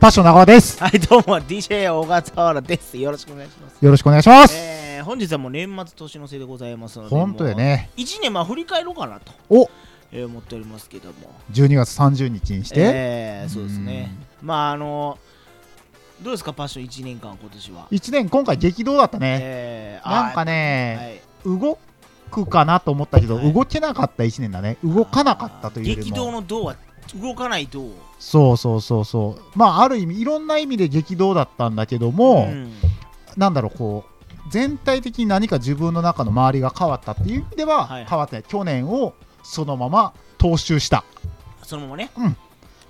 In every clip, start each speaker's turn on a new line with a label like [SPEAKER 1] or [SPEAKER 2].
[SPEAKER 1] パッション長尾です。
[SPEAKER 2] はい、どうも、DJ 小笠原です。よろしくお願いします。
[SPEAKER 1] よろしくお願いします。
[SPEAKER 2] えー、本日はもう年末年のせいでございますので、
[SPEAKER 1] 本当やね。
[SPEAKER 2] もう。1年、まあ、振り返ろうかなと、
[SPEAKER 1] お
[SPEAKER 2] えー思っておりますけども。
[SPEAKER 1] 12月30日にして、
[SPEAKER 2] えー、そうですね。まあ、あの、どうですか、パッション1年間、今年は。
[SPEAKER 1] 1年今回激動だったね。
[SPEAKER 2] えー
[SPEAKER 1] なんか、
[SPEAKER 2] あー
[SPEAKER 1] ね、
[SPEAKER 2] はい
[SPEAKER 1] 動くかなと思ったけど、
[SPEAKER 2] はい
[SPEAKER 1] 動けなかった1年だね。動かなかったというより
[SPEAKER 2] 激動
[SPEAKER 1] も。
[SPEAKER 2] の銅は、動かない銅。
[SPEAKER 1] そうそうそうそう。まあ、ある意味、いろんな意味で激動だったんだけども、
[SPEAKER 2] ん
[SPEAKER 1] なんだろう、こう。全体的に何か自分の中の周りが変わったっていう意味では
[SPEAKER 2] はい
[SPEAKER 1] 変わってない、去年をそのまま踏襲した
[SPEAKER 2] そのままね。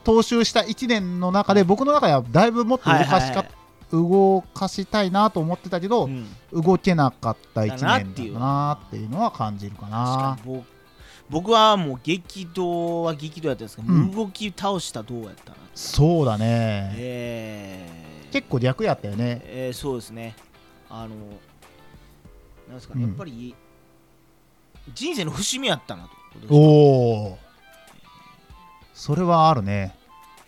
[SPEAKER 1] 踏襲した1年の中で僕の中ではだいぶもっと動かしか、動かしたいなと思ってたけど、
[SPEAKER 2] うん
[SPEAKER 1] 動けなかった1
[SPEAKER 2] だ
[SPEAKER 1] 年
[SPEAKER 2] な
[SPEAKER 1] だ
[SPEAKER 2] っていう
[SPEAKER 1] なっていうのは感じるか
[SPEAKER 2] 確
[SPEAKER 1] な
[SPEAKER 2] かに僕僕はもう激動は激動やったんですけど、
[SPEAKER 1] うん
[SPEAKER 2] 動き倒したどうやったな
[SPEAKER 1] そうだね、
[SPEAKER 2] えー、
[SPEAKER 1] 結構略やったよね
[SPEAKER 2] えー、そうですねあのなんですかね、
[SPEAKER 1] うん
[SPEAKER 2] やっぱり人生の節目やったなと今年
[SPEAKER 1] おおそれはあるね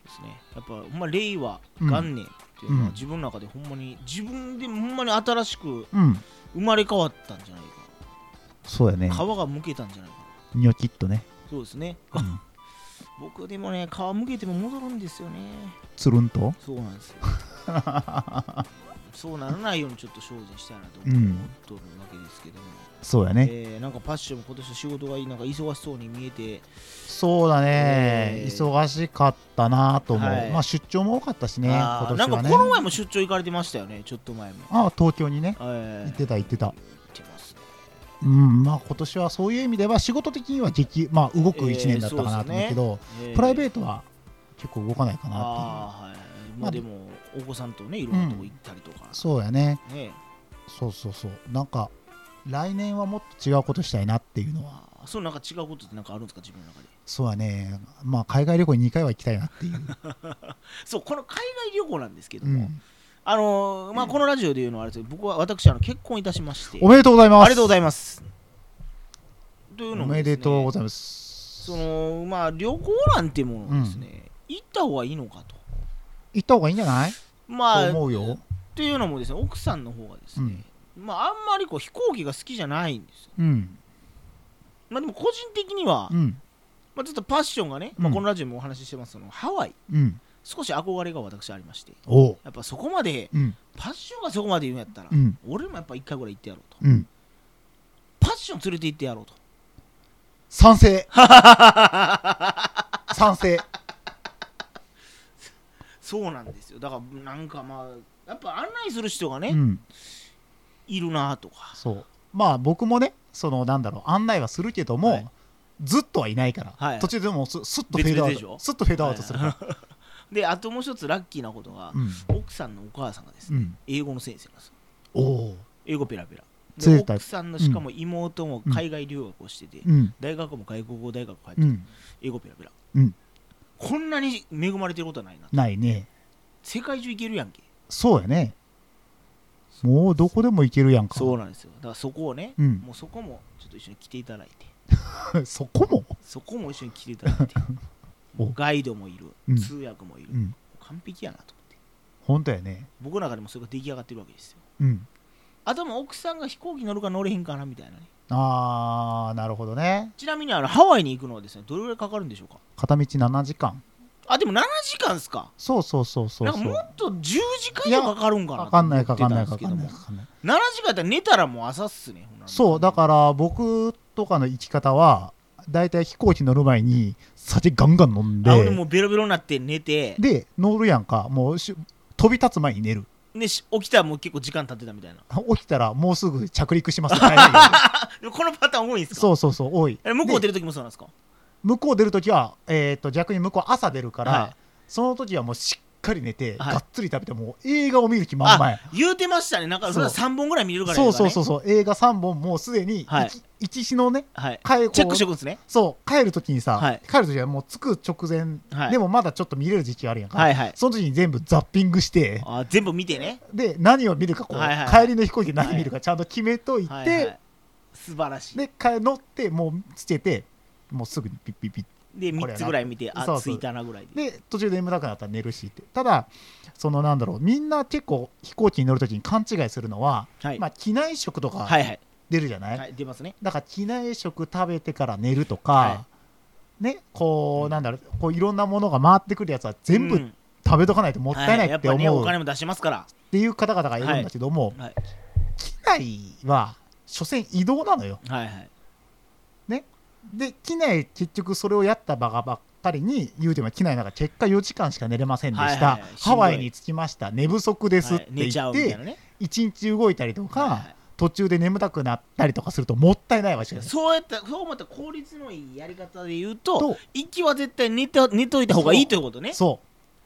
[SPEAKER 2] ですねやっぱほんま令和
[SPEAKER 1] うん
[SPEAKER 2] 元年っていうのは、
[SPEAKER 1] うん
[SPEAKER 2] 自分の中でほんまに自分でほんまに新しく
[SPEAKER 1] うん
[SPEAKER 2] 生まれ変わったんじゃないか
[SPEAKER 1] そうやね
[SPEAKER 2] な皮がむけたんじゃないかな
[SPEAKER 1] ニョキッとね、
[SPEAKER 2] そうですね
[SPEAKER 1] うん、
[SPEAKER 2] 僕でもね皮むけても戻るんですよね
[SPEAKER 1] つるんと
[SPEAKER 2] そうな んですよそうならないようにちょっと精進したいなと
[SPEAKER 1] う
[SPEAKER 2] 思
[SPEAKER 1] ん
[SPEAKER 2] っておるわけですけども、
[SPEAKER 1] そうやね、
[SPEAKER 2] えーなんかパッションも今年仕事がいいなんか忙しそうに見えて
[SPEAKER 1] そうだね、
[SPEAKER 2] えー
[SPEAKER 1] 忙しかったなと思う、
[SPEAKER 2] はい
[SPEAKER 1] まあ出張も多かったしね
[SPEAKER 2] あ
[SPEAKER 1] 今
[SPEAKER 2] ー
[SPEAKER 1] 年は
[SPEAKER 2] なん
[SPEAKER 1] ね
[SPEAKER 2] かこの前も出張行かれてましたよねちょっと前も
[SPEAKER 1] ああ東京にね
[SPEAKER 2] え
[SPEAKER 1] 行
[SPEAKER 2] ー
[SPEAKER 1] ってた行ってた
[SPEAKER 2] 行ってますね
[SPEAKER 1] うんまあ今年はそういう意味では仕事的には激、まあ、動く1年だったかなと思うけど、
[SPEAKER 2] え
[SPEAKER 1] プライベ
[SPEAKER 2] ー
[SPEAKER 1] ートは結構動かないか
[SPEAKER 2] ト
[SPEAKER 1] なっ
[SPEAKER 2] ああはい、
[SPEAKER 1] ま
[SPEAKER 2] ま
[SPEAKER 1] あ
[SPEAKER 2] あ、でもお子さんとねいろんなとこ行ったりとか
[SPEAKER 1] ていう、そうやね
[SPEAKER 2] ね
[SPEAKER 1] そうそうそうなんか来年はもっと違うことしたいなっていうのは
[SPEAKER 2] あーそうなんか違うことってなんかあるんですか自分の中で
[SPEAKER 1] そうやねまあ海外旅行に2回は行きたいなっていう、
[SPEAKER 2] そうこの海外旅行なんですけど
[SPEAKER 1] う
[SPEAKER 2] も、
[SPEAKER 1] ん、
[SPEAKER 2] あのーまあこのラジオで言うのはあれですけど僕は私あの結婚いたしまして
[SPEAKER 1] おめでとうございます
[SPEAKER 2] ありがとうござい
[SPEAKER 1] ま
[SPEAKER 2] ますというのも
[SPEAKER 1] おめでとうご
[SPEAKER 2] ざ
[SPEAKER 1] ざ
[SPEAKER 2] い
[SPEAKER 1] います
[SPEAKER 2] そのまあ旅行なんてものはですね、行った方がいいのかと
[SPEAKER 1] 行った方がいいんじゃない
[SPEAKER 2] まあ
[SPEAKER 1] と思うよ
[SPEAKER 2] っていうのもですね奥さんの方がですね、まああんまりこう飛行機が好きじゃないんですよ
[SPEAKER 1] うん
[SPEAKER 2] まあでも個人的には、
[SPEAKER 1] うん
[SPEAKER 2] まあ、ちょっとパッションがね、ま
[SPEAKER 1] う
[SPEAKER 2] あ、
[SPEAKER 1] ん
[SPEAKER 2] このラジオもお話ししてますそのハワイ
[SPEAKER 1] うん
[SPEAKER 2] 少し憧れが私ありまして
[SPEAKER 1] おう
[SPEAKER 2] やっぱそこまで
[SPEAKER 1] うん
[SPEAKER 2] パッションがそこまで言うんやったら、
[SPEAKER 1] うん
[SPEAKER 2] 俺もやっぱ一回ぐらい行ってやろうと
[SPEAKER 1] うん
[SPEAKER 2] パッション連れて行ってやろうと
[SPEAKER 1] 賛 成賛成
[SPEAKER 2] そうなんですよだからなんかまあやっぱ案内する人がね、
[SPEAKER 1] うん
[SPEAKER 2] いるなとか
[SPEAKER 1] そうまあ僕もねそのなんだろう案内はするけども、
[SPEAKER 2] はい
[SPEAKER 1] ずっとはいないから、
[SPEAKER 2] はい
[SPEAKER 1] 途中でもうすすっとフェードアウ
[SPEAKER 2] 別々
[SPEAKER 1] ト
[SPEAKER 2] でしょ
[SPEAKER 1] すっとフェードアウトするから、
[SPEAKER 2] であともう一つラッキーなことが、
[SPEAKER 1] うん
[SPEAKER 2] 奥さんのお母さんがで す
[SPEAKER 1] う
[SPEAKER 2] ね、
[SPEAKER 1] ん、
[SPEAKER 2] 英語の先生なんですよ
[SPEAKER 1] おお、
[SPEAKER 2] 英語ペラペラ
[SPEAKER 1] 連
[SPEAKER 2] で
[SPEAKER 1] れてた
[SPEAKER 2] 奥さんのしかも妹も海外留学をしてて、
[SPEAKER 1] うん
[SPEAKER 2] 大学も外国語大学入って、
[SPEAKER 1] うん、
[SPEAKER 2] 英語ペラペラ、
[SPEAKER 1] うん
[SPEAKER 2] こんなに恵まれてることはないな
[SPEAKER 1] ないね
[SPEAKER 2] 世界中行けるやんけ
[SPEAKER 1] そうやねもうどこでも行けるやんか
[SPEAKER 2] そうなんですよだからそこをね、
[SPEAKER 1] うん
[SPEAKER 2] もうそこもちょっと一緒に来ていただい て
[SPEAKER 1] そこも、
[SPEAKER 2] そこも一緒に来ていただいて
[SPEAKER 1] お
[SPEAKER 2] もうガイドもいる、
[SPEAKER 1] うん
[SPEAKER 2] 通訳もいる、
[SPEAKER 1] う
[SPEAKER 2] も
[SPEAKER 1] ん、
[SPEAKER 2] う完璧やなと思って
[SPEAKER 1] 本当やね
[SPEAKER 2] 僕の中でもそれが出来上がってるわけですよ
[SPEAKER 1] うん
[SPEAKER 2] あとも奥さんが飛行機乗るか乗れへんかなみたいなね
[SPEAKER 1] あーなるほどね
[SPEAKER 2] ちなみにあのハワイに行くのはですねどれぐらいかかるんでしょうか
[SPEAKER 1] 片道7時間
[SPEAKER 2] あでも7時間ですか
[SPEAKER 1] そうそうそうそうそ
[SPEAKER 2] なんかも
[SPEAKER 1] う
[SPEAKER 2] っと10時間とかかるんかな
[SPEAKER 1] かかんないかかんない
[SPEAKER 2] と
[SPEAKER 1] か
[SPEAKER 2] 思って
[SPEAKER 1] か
[SPEAKER 2] た
[SPEAKER 1] んない
[SPEAKER 2] ですけども
[SPEAKER 1] かかんない
[SPEAKER 2] 7時間やったら寝たらもう朝っすね
[SPEAKER 1] そうだからら僕とかの生き方はだいたい飛行機乗る前に酒ガンガン飲ん
[SPEAKER 2] あ俺も
[SPEAKER 1] で
[SPEAKER 2] うベロベロになって寝て
[SPEAKER 1] で乗るやんかもうし飛び立つ前に寝る
[SPEAKER 2] でし起きたらもう結構時間経ってたみたいな
[SPEAKER 1] 起きたらもうすぐ着陸します大変や
[SPEAKER 2] でもこのパターン多いんですか
[SPEAKER 1] そうそうそう多い
[SPEAKER 2] え向こう出
[SPEAKER 1] で
[SPEAKER 2] るときもそうなんですか
[SPEAKER 1] 向こう出るときは、えー、と逆に向こう朝出るから、
[SPEAKER 2] はい
[SPEAKER 1] その時はもうしっかり寝て、
[SPEAKER 2] はい
[SPEAKER 1] がっつり食べてもう映画を見る気満々や
[SPEAKER 2] 言うてましたねなんかそれは
[SPEAKER 1] そ
[SPEAKER 2] 3本ぐらい見れるから
[SPEAKER 1] そうそうそううそう映画3本もうすでに
[SPEAKER 2] はい
[SPEAKER 1] 一日、のね
[SPEAKER 2] はい
[SPEAKER 1] 帰
[SPEAKER 2] チェックし
[SPEAKER 1] ことう
[SPEAKER 2] くんですね
[SPEAKER 1] そう帰るときにさ、
[SPEAKER 2] はい
[SPEAKER 1] 帰るときはもう着く直前、
[SPEAKER 2] はい
[SPEAKER 1] でもまだちょっと見れる時期があるやんか、
[SPEAKER 2] はいはい
[SPEAKER 1] その時に全部ザッピングして、
[SPEAKER 2] あー全部見てね
[SPEAKER 1] で、何を見るかこう、
[SPEAKER 2] はいはいはい
[SPEAKER 1] 帰りの飛行機で何見るかちゃんと決めといて、
[SPEAKER 2] はいはい素晴らしい
[SPEAKER 1] で、帰乗って、もうつけて、もうすぐにピッピッピッ
[SPEAKER 2] で
[SPEAKER 1] これ
[SPEAKER 2] 3
[SPEAKER 1] な
[SPEAKER 2] つぐらい見てあ
[SPEAKER 1] そうそう
[SPEAKER 2] ついたなぐらいで
[SPEAKER 1] で途中で眠たくなったら寝るしってただそのなんだろうみんな結構飛行機に乗るときに勘違いするのは、
[SPEAKER 2] はい、
[SPEAKER 1] まあ、機内食とか
[SPEAKER 2] はいはい
[SPEAKER 1] 出るじゃない、
[SPEAKER 2] はい出ますね
[SPEAKER 1] だから機内食食べてから寝るとか、
[SPEAKER 2] は
[SPEAKER 1] ねこうなんだろうこういろんなものが回ってくるやつは全部
[SPEAKER 2] うん
[SPEAKER 1] 食べとかないともったいない
[SPEAKER 2] はや
[SPEAKER 1] っ
[SPEAKER 2] ってぱね
[SPEAKER 1] 思
[SPEAKER 2] お
[SPEAKER 1] う
[SPEAKER 2] 金も出しますから
[SPEAKER 1] っていう方々がいるんだけども、
[SPEAKER 2] はい
[SPEAKER 1] 機内は所詮移動なのよ
[SPEAKER 2] はいはい
[SPEAKER 1] で機内結局それをやった場がばっかりに言うても機内なんか結果4時間しか寝れませんでした、
[SPEAKER 2] はいはいはい
[SPEAKER 1] ハワイに着きました寝不足です
[SPEAKER 2] は
[SPEAKER 1] っ
[SPEAKER 2] い
[SPEAKER 1] て
[SPEAKER 2] 寝ち
[SPEAKER 1] 言
[SPEAKER 2] ゃ
[SPEAKER 1] っ
[SPEAKER 2] うみた
[SPEAKER 1] て
[SPEAKER 2] いなね
[SPEAKER 1] 一日動いたりとか、
[SPEAKER 2] はいはい
[SPEAKER 1] 途中で眠たくなったりとかするともったいないわけです
[SPEAKER 2] そうやったそう思ったら効率のいいやり方で言うと
[SPEAKER 1] と
[SPEAKER 2] 行きは絶対寝て寝といた方がいいということね
[SPEAKER 1] そ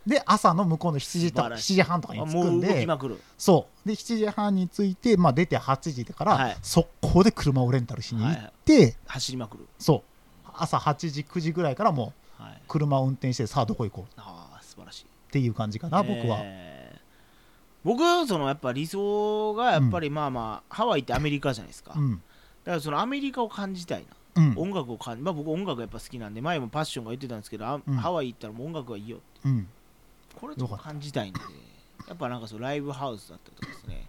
[SPEAKER 1] うで朝の向こうの7時と
[SPEAKER 2] 素晴らしい
[SPEAKER 1] 7時半とかに
[SPEAKER 2] あ
[SPEAKER 1] 着
[SPEAKER 2] も
[SPEAKER 1] くん
[SPEAKER 2] う動き
[SPEAKER 1] で
[SPEAKER 2] まくる
[SPEAKER 1] そうで7時半に着いて、まあ、出て8時だから、
[SPEAKER 2] はい
[SPEAKER 1] 速攻で車をレンタルしに行って、
[SPEAKER 2] 走りまくる
[SPEAKER 1] そう朝8時9時ぐらいからもう
[SPEAKER 2] はい
[SPEAKER 1] 車を運転してさあどこ行こう
[SPEAKER 2] ああ素晴らしい
[SPEAKER 1] っていう感じかな、僕は
[SPEAKER 2] えー僕そのやっぱ理想がやっぱりまあまあ、ハワイってアメリカじゃないですか、
[SPEAKER 1] う
[SPEAKER 2] だ
[SPEAKER 1] ん
[SPEAKER 2] からそのアメリカを感じたいな、
[SPEAKER 1] うん
[SPEAKER 2] 音楽を感じまあ僕音楽やっぱ好きなんで前もパッションが言ってたんですけど、あ
[SPEAKER 1] うん
[SPEAKER 2] ハワイ行ったらもう音楽がいいよ
[SPEAKER 1] うん
[SPEAKER 2] これちょっと感じたいんでやっぱなんかそのライブハウスだったりとかですね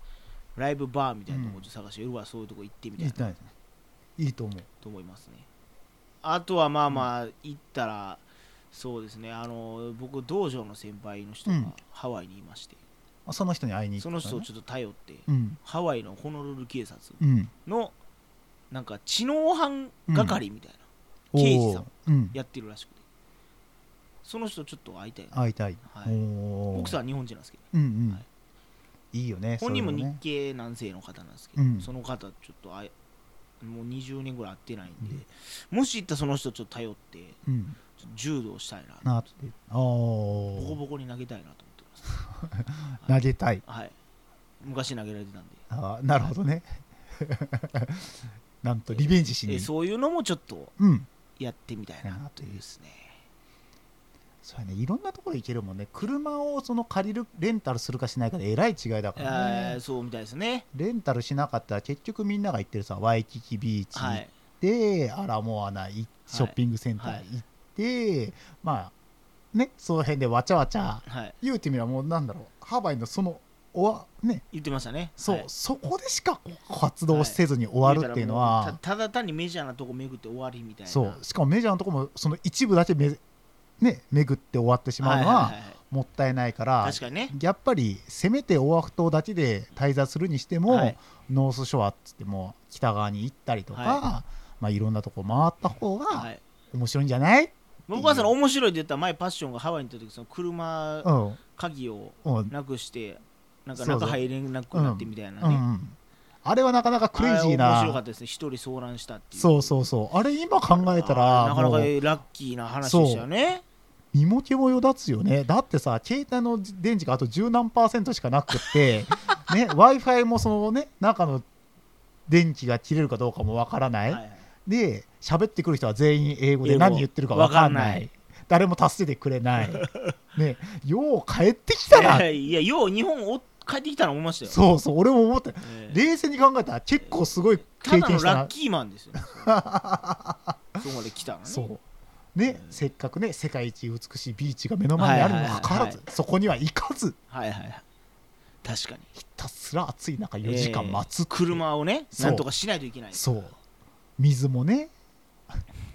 [SPEAKER 2] ライブバーみたいなとこをちょっと探して、夜はそういうとこ行ってみた
[SPEAKER 1] い
[SPEAKER 2] い
[SPEAKER 1] い
[SPEAKER 2] な
[SPEAKER 1] と思ういいと思う
[SPEAKER 2] と思いますねあとはまあまあ行ったらそうですねあの僕道場の先輩の人
[SPEAKER 1] う
[SPEAKER 2] が
[SPEAKER 1] ん
[SPEAKER 2] ハワイにいまして、
[SPEAKER 1] あその人に会いに行く
[SPEAKER 2] その人をちょっと頼って、
[SPEAKER 1] うん
[SPEAKER 2] ハワイのホノルル警察
[SPEAKER 1] うん
[SPEAKER 2] のなんか知能犯係みたいな、刑事さん
[SPEAKER 1] おーうん
[SPEAKER 2] やってるらしくてその人ちょっと会いたいな、
[SPEAKER 1] 会いたい
[SPEAKER 2] はい
[SPEAKER 1] お
[SPEAKER 2] 奥さん
[SPEAKER 1] ん
[SPEAKER 2] は日本人なんですけど
[SPEAKER 1] うんう
[SPEAKER 2] は
[SPEAKER 1] んいいよね
[SPEAKER 2] 本人も
[SPEAKER 1] そういう
[SPEAKER 2] 日
[SPEAKER 1] のね
[SPEAKER 2] 系南西の方なんですけど、
[SPEAKER 1] うん
[SPEAKER 2] その方ちょっとあいもう20年ぐらい会ってないんで、もし行ったらその人ちょっと頼って
[SPEAKER 1] うん
[SPEAKER 2] ちょっと柔道したいな
[SPEAKER 1] なってお
[SPEAKER 2] ボコ
[SPEAKER 1] ー
[SPEAKER 2] ボコに投げたいなと思ってます
[SPEAKER 1] 投げたい
[SPEAKER 2] はい昔投げられてたんで
[SPEAKER 1] あーなるほどね なんとリベンジしに
[SPEAKER 2] えそういうのもちょっと
[SPEAKER 1] うん
[SPEAKER 2] やってみたいなというですね
[SPEAKER 1] そうやねいろんなところ行けるもんね車をその借りるレンタルするかしないかでえらい違いだから
[SPEAKER 2] えー
[SPEAKER 1] ね
[SPEAKER 2] そうみたいですね
[SPEAKER 1] レンタルしなかったら結局みんなが行ってるさワイキキビーチ
[SPEAKER 2] は
[SPEAKER 1] 行っ
[SPEAKER 2] い
[SPEAKER 1] て、アラモアナ行っショッピングセンター行って、まあねその辺でわちゃわちゃ
[SPEAKER 2] はい
[SPEAKER 1] 言うてみればもうなんだろうハワイのそのおわね
[SPEAKER 2] 言ってましたね
[SPEAKER 1] そう、
[SPEAKER 2] はい
[SPEAKER 1] そこでしか活動せずに終わるっていうのは、
[SPEAKER 2] 言うたらもうたただ単にメジャーなとこ巡って終わりみたいな
[SPEAKER 1] そうしかもメジャーのとこもその一部だけめね巡って終わってしまうの
[SPEAKER 2] い
[SPEAKER 1] はい
[SPEAKER 2] いい
[SPEAKER 1] もったいないから、
[SPEAKER 2] 確かにね
[SPEAKER 1] やっぱりせめてオアフ島だけで滞在するにしても、
[SPEAKER 2] はい
[SPEAKER 1] ノースショアっつっても北側に行ったりとか、
[SPEAKER 2] はい
[SPEAKER 1] まあ、いろんなとこ回った方
[SPEAKER 2] は
[SPEAKER 1] が
[SPEAKER 2] い
[SPEAKER 1] 面白いんじゃない、
[SPEAKER 2] 僕はその面白いって言ったら前パッションがハワイに行った時その車
[SPEAKER 1] うん
[SPEAKER 2] 鍵を
[SPEAKER 1] うん
[SPEAKER 2] なくしてなんか
[SPEAKER 1] そうそう
[SPEAKER 2] 中入れなくなってみたいな
[SPEAKER 1] う
[SPEAKER 2] ね
[SPEAKER 1] ん、あれはなかなかクレイジー
[SPEAKER 2] あれ面白かっ
[SPEAKER 1] な
[SPEAKER 2] たですね一人騒乱したっていう
[SPEAKER 1] そうそうそうあれ今考えた
[SPEAKER 2] あー
[SPEAKER 1] ら
[SPEAKER 2] なかな
[SPEAKER 1] も
[SPEAKER 2] かラ
[SPEAKER 1] う
[SPEAKER 2] ッキーな話でしたよね
[SPEAKER 1] 身も毛もよだつよねだってさ携帯の電池があと十何パーセントしかなくって ね w i f i もそのね中の電気が切れるかどうかもわからない、
[SPEAKER 2] はいはい
[SPEAKER 1] で喋ってくる人は全員英語
[SPEAKER 2] 英
[SPEAKER 1] で
[SPEAKER 2] 語
[SPEAKER 1] 何言ってるか分かん
[SPEAKER 2] わ
[SPEAKER 1] ない
[SPEAKER 2] かんない
[SPEAKER 1] 誰も助けてくれない ねよう帰ってきたな、
[SPEAKER 2] いやいやよう日本を帰ってきたの思いましたよ
[SPEAKER 1] そうそう俺も思って
[SPEAKER 2] ええ
[SPEAKER 1] 冷静に考えたら結構すごい
[SPEAKER 2] た
[SPEAKER 1] 経
[SPEAKER 2] だ
[SPEAKER 1] 験
[SPEAKER 2] の
[SPEAKER 1] した
[SPEAKER 2] ラッ
[SPEAKER 1] な
[SPEAKER 2] キーマンですよねそこまで来たのね
[SPEAKER 1] そうね、せっかくね世界一美しいビーチが目の前にあるにもかかわらず、
[SPEAKER 2] は
[SPEAKER 1] そこには行かず
[SPEAKER 2] はいはいはい確かに
[SPEAKER 1] ひたすら暑い中4時間待つ、
[SPEAKER 2] えー車をね
[SPEAKER 1] そう
[SPEAKER 2] なんとかしないといけない
[SPEAKER 1] そう水もね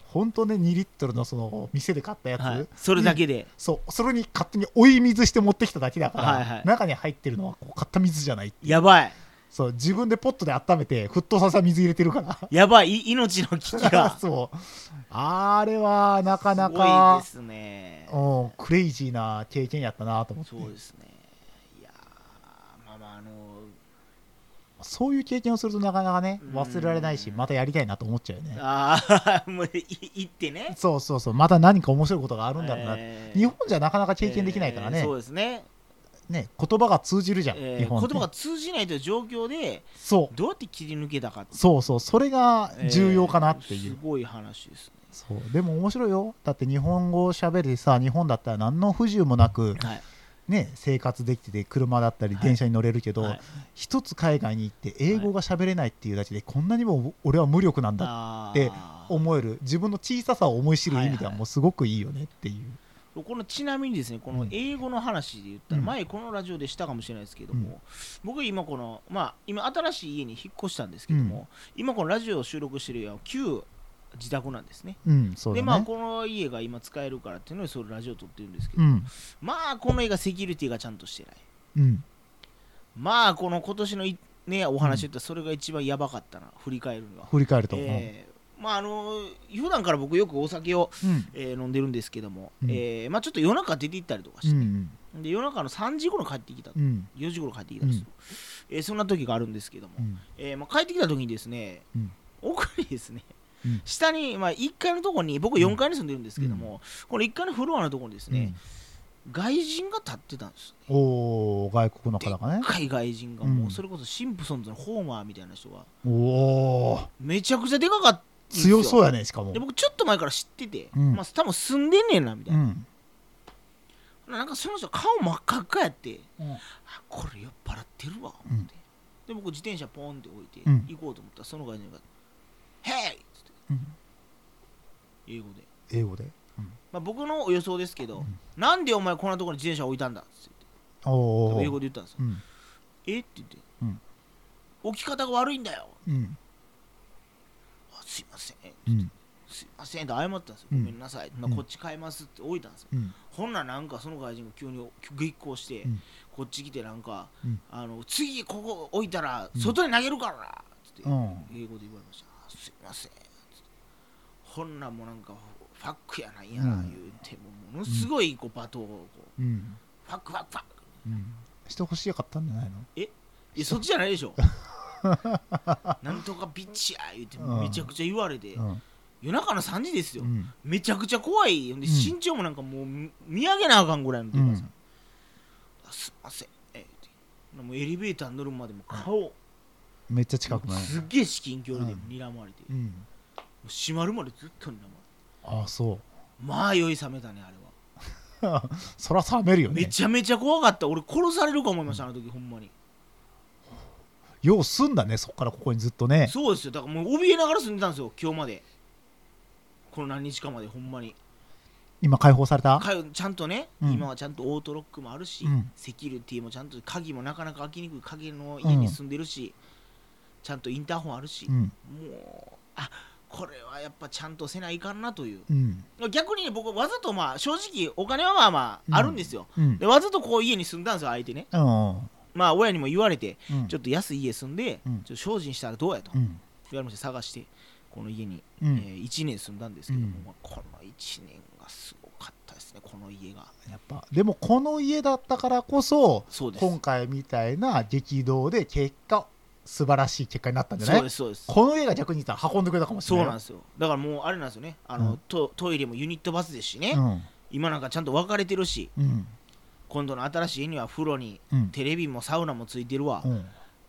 [SPEAKER 1] 本当ね2リットルのその店で買ったやつ、
[SPEAKER 2] はい、それだけで、
[SPEAKER 1] そうそれに勝手に追い水して持ってきただけだから、
[SPEAKER 2] はいはい
[SPEAKER 1] 中に入ってるのはこう買った水じゃない
[SPEAKER 2] やばい
[SPEAKER 1] そう自分でポットで温めて沸騰させた水入れてるから
[SPEAKER 2] やばいい命の危機 が
[SPEAKER 1] そうあれはなかな
[SPEAKER 2] すごい
[SPEAKER 1] か
[SPEAKER 2] ですね
[SPEAKER 1] うん、クレイジーな経験やったなと思って
[SPEAKER 2] そうですねいやーまあまああの
[SPEAKER 1] そういう経験をするとなかなかね忘れられないし
[SPEAKER 2] うん
[SPEAKER 1] またやりたいなと思っちゃうよね
[SPEAKER 2] ああもうい行ってね
[SPEAKER 1] そうそうそうまた何か面白いことがあるんだろうな、
[SPEAKER 2] えー
[SPEAKER 1] 日本じゃなかなか経験できないからね,、
[SPEAKER 2] えーそうですね、
[SPEAKER 1] ね言葉が通じるじゃん、
[SPEAKER 2] えー
[SPEAKER 1] 日
[SPEAKER 2] 言
[SPEAKER 1] 本って
[SPEAKER 2] 葉が通じないという状況で
[SPEAKER 1] そう
[SPEAKER 2] どうやって切り抜けたかって
[SPEAKER 1] そうそうそれが重要かなっていう、
[SPEAKER 2] えーすごい話ですね
[SPEAKER 1] そうでも面白いよだって日本語を喋るさ日本だったら何の不自由もなく、
[SPEAKER 2] はい
[SPEAKER 1] ね、生活できてて車だったり
[SPEAKER 2] はい
[SPEAKER 1] 電車に乗れるけど、
[SPEAKER 2] はい
[SPEAKER 1] 一つ海外に行って英語が喋れないっていうだけでこんなにも俺は無力なんだ
[SPEAKER 2] あ
[SPEAKER 1] って
[SPEAKER 2] あー
[SPEAKER 1] 思える自分の小ささを思い知る意味で
[SPEAKER 2] はい
[SPEAKER 1] は
[SPEAKER 2] はい
[SPEAKER 1] もうすごくいいよねっていう、
[SPEAKER 2] このちなみにですねこの
[SPEAKER 1] うん
[SPEAKER 2] 英語の話で言ったら、
[SPEAKER 1] うん
[SPEAKER 2] 前このラジオでしたかもしれないですけど
[SPEAKER 1] う
[SPEAKER 2] も、僕今このまあ今新しい家に引っ越したんですけども、今このラジオを収録してる家は旧自宅なんですね
[SPEAKER 1] うんそうだね
[SPEAKER 2] でまあこの家が今使えるからっていうのでそれラジオ撮ってるんですけど、
[SPEAKER 1] うん
[SPEAKER 2] まあこの家がセキュリティがちゃんとしてない
[SPEAKER 1] うん
[SPEAKER 2] まあこの今年のいねお話で言ったらそれが一番やばかったな振り返るのは、
[SPEAKER 1] 振り返ると、
[SPEAKER 2] えーまああの普段から僕よくお酒を、
[SPEAKER 1] うん
[SPEAKER 2] えー飲んでるんですけども、
[SPEAKER 1] うん
[SPEAKER 2] えーまあ、ちょっと夜中出て行ったりとか
[SPEAKER 1] う
[SPEAKER 2] し
[SPEAKER 1] ん
[SPEAKER 2] て、
[SPEAKER 1] うん
[SPEAKER 2] で夜中の3時頃帰ってきた、
[SPEAKER 1] うん
[SPEAKER 2] 4時頃帰ってきたんですよ、えーそんな時があるんですけども、
[SPEAKER 1] うん
[SPEAKER 2] えーまあ、帰ってきた時にですね、
[SPEAKER 1] うん
[SPEAKER 2] 奥にですね、
[SPEAKER 1] うん
[SPEAKER 2] 下に、まあ、1階のとこに僕4階に住んでるんですけども、この1階のフロアのとこにですね、外人が立ってたんです
[SPEAKER 1] うんおお外国の方がね
[SPEAKER 2] 深い外人がもう、
[SPEAKER 1] うん
[SPEAKER 2] それこそシンプソンズのホーマーみたいな人が
[SPEAKER 1] おお
[SPEAKER 2] めちゃくちゃでかかったんですよ
[SPEAKER 1] 強そうやねしかも
[SPEAKER 2] で僕ちょっと前から知ってて、
[SPEAKER 1] うん
[SPEAKER 2] まあ、多分住んでんねんなみたいうな、
[SPEAKER 1] ん
[SPEAKER 2] なんかその人顔真っ赤っかやって
[SPEAKER 1] うん
[SPEAKER 2] あこれ酔っ払ってるわ思って、で僕自転車ポンって置いて
[SPEAKER 1] うん
[SPEAKER 2] 行こうと思ったらその外人が「ヘイ!」っつって
[SPEAKER 1] うん
[SPEAKER 2] 英語で、
[SPEAKER 1] 英語で
[SPEAKER 2] まあ、僕の予想ですけど、
[SPEAKER 1] うん
[SPEAKER 2] なんでお前こんなところに自転車置いたんだっつって
[SPEAKER 1] おお
[SPEAKER 2] 英語で言ったんですよ、
[SPEAKER 1] うん
[SPEAKER 2] えって言って、
[SPEAKER 1] うん
[SPEAKER 2] 置き方が悪いんだよ
[SPEAKER 1] うん
[SPEAKER 2] あすいません
[SPEAKER 1] うん
[SPEAKER 2] すいませんって謝ったんですよ、
[SPEAKER 1] うん
[SPEAKER 2] ごめんなさい、まあ、こっち買いますって置いたんですよ、
[SPEAKER 1] うん
[SPEAKER 2] ほんならなんかその外人が急に激高して、
[SPEAKER 1] うん
[SPEAKER 2] こっち来てなんか、
[SPEAKER 1] うん
[SPEAKER 2] あの次ここ置いたら
[SPEAKER 1] うん
[SPEAKER 2] 外に投げるからなつって、
[SPEAKER 1] うん
[SPEAKER 2] 英語で言われましたあすいませんつってほんならもうなんかファックやなんやな
[SPEAKER 1] うん
[SPEAKER 2] 言うて、もうものすごいこう罵倒をこう、
[SPEAKER 1] うん
[SPEAKER 2] ファックファックファック
[SPEAKER 1] うんしてほしかったんじゃないの
[SPEAKER 2] いやそっちじゃないで しょなんとかビッチや言うて
[SPEAKER 1] うん
[SPEAKER 2] めちゃくちゃ言われて、
[SPEAKER 1] うん
[SPEAKER 2] 夜中の3時ですよ、
[SPEAKER 1] うん
[SPEAKER 2] めちゃくちゃ怖いよで
[SPEAKER 1] うん
[SPEAKER 2] 身長もなんかもうみ見上げなあかんぐらいのでかさ、あすいませんえってもうエレベーターに乗るまでも顔
[SPEAKER 1] めっちゃ近くない
[SPEAKER 2] すっげえ至近距離で
[SPEAKER 1] うん
[SPEAKER 2] 睨まれて、
[SPEAKER 1] う
[SPEAKER 2] も
[SPEAKER 1] ん
[SPEAKER 2] う閉まるまでずっと睨まれて
[SPEAKER 1] ああそう
[SPEAKER 2] まあ酔い冷めたねあれは
[SPEAKER 1] そら冷めるよ
[SPEAKER 2] め
[SPEAKER 1] ね
[SPEAKER 2] ちゃめちゃ怖かった俺殺されるか思いましたあの時ほんまに
[SPEAKER 1] ようすんだねそっからここにずっとね
[SPEAKER 2] そうですよだからもう怯えながら住んでたんですよ今日までこの何日かまでほんまに
[SPEAKER 1] 今解放された
[SPEAKER 2] かよちゃんとね、
[SPEAKER 1] うん
[SPEAKER 2] 今はちゃんとオートロックもあるし、
[SPEAKER 1] うん
[SPEAKER 2] セキュリティもちゃんと鍵もなかなか開きにくい鍵の家に住んでるし、ちゃんとインターホンあるし、
[SPEAKER 1] うん
[SPEAKER 2] もうあこれはやっぱちゃんとせないかんなという
[SPEAKER 1] うん
[SPEAKER 2] 逆にね僕わざとまあ正直お金はまあま
[SPEAKER 1] うん
[SPEAKER 2] ああるんですよ、
[SPEAKER 1] うん
[SPEAKER 2] でわざとこう家に住んだんですよ相手ね
[SPEAKER 1] うん
[SPEAKER 2] まあ親にも言われて、
[SPEAKER 1] うん
[SPEAKER 2] ちょっと安い家住んで、
[SPEAKER 1] うん
[SPEAKER 2] ちょっと精進したらどうやと
[SPEAKER 1] う
[SPEAKER 2] 言
[SPEAKER 1] ん
[SPEAKER 2] われまして探してこの家に、
[SPEAKER 1] う
[SPEAKER 2] え
[SPEAKER 1] ん
[SPEAKER 2] ー1年住んだんですけども、
[SPEAKER 1] うん
[SPEAKER 2] まあこの1年がすごかったですねこの家が
[SPEAKER 1] やっぱでもこの家だったからこそ
[SPEAKER 2] そうです
[SPEAKER 1] 今回みたいな激動で結果素晴らしい結果になったんじゃない
[SPEAKER 2] そ
[SPEAKER 1] う
[SPEAKER 2] ですそうです
[SPEAKER 1] この家が逆に言ったら運んでくれたかもしれ
[SPEAKER 2] そ
[SPEAKER 1] な
[SPEAKER 2] う
[SPEAKER 1] い
[SPEAKER 2] なんですよだからもうあれなんですよねあの、
[SPEAKER 1] うん
[SPEAKER 2] トトイレもユニットバスですしね、今なんかちゃんと分かれてるし
[SPEAKER 1] うんうん
[SPEAKER 2] 今度の新しい家には風呂に
[SPEAKER 1] うん
[SPEAKER 2] テレビもサウナもついてるわ、
[SPEAKER 1] うん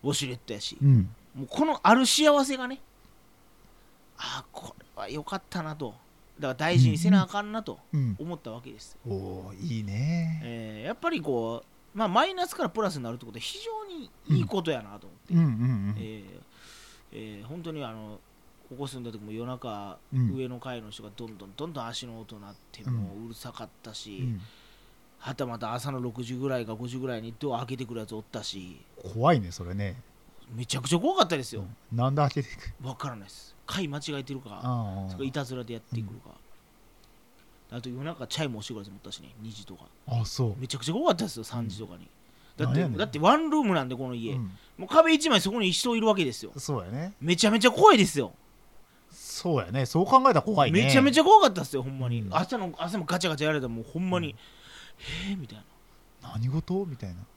[SPEAKER 2] ウォシュレットやし、
[SPEAKER 1] うん
[SPEAKER 2] もうこのある幸せがねああこれは良かったなとだから大事にせなあかんなと
[SPEAKER 1] うん
[SPEAKER 2] 思ったわけです、
[SPEAKER 1] おおーいいね
[SPEAKER 2] えーやっぱりこう、まあ、マイナスからプラスになるってことは非常にいいことやなと思って、
[SPEAKER 1] うんうん
[SPEAKER 2] えーえー本当にあのここ住んだ時も夜中、
[SPEAKER 1] うん
[SPEAKER 2] 上の階の人がどんどんどんどん足の音鳴って
[SPEAKER 1] うん
[SPEAKER 2] もううるさかったし、
[SPEAKER 1] うん
[SPEAKER 2] はたまた朝の6時ぐらいか5時ぐらいにドア開けてくるやつおったし
[SPEAKER 1] 怖いねそれね
[SPEAKER 2] めちゃくちゃ怖かったですよ、
[SPEAKER 1] なんで開けていく
[SPEAKER 2] わ分からないです階間違えてるか
[SPEAKER 1] あ
[SPEAKER 2] それかいたずらでやってくるか、あと夜中チャイム押してくるやつもおったしね2時とか
[SPEAKER 1] ああそう
[SPEAKER 2] めちゃくちゃ怖かったですよ3時とかに、だっ
[SPEAKER 1] な
[SPEAKER 2] て
[SPEAKER 1] んやねん
[SPEAKER 2] だってワンルームなんでこの家、
[SPEAKER 1] うん
[SPEAKER 2] もう壁1枚そこに人いるわけですよ
[SPEAKER 1] そうやね
[SPEAKER 2] めちゃめちゃ怖いですよ
[SPEAKER 1] そうやねそう考えたら怖いね
[SPEAKER 2] めちゃめち
[SPEAKER 1] ゃ
[SPEAKER 2] ゃ怖かったっすよほんまに、
[SPEAKER 1] うん
[SPEAKER 2] 朝の朝もガチャガチャやられたらもうほんま
[SPEAKER 1] う
[SPEAKER 2] に、
[SPEAKER 1] ん
[SPEAKER 2] へえみたいな
[SPEAKER 1] 何事みたいな
[SPEAKER 2] だか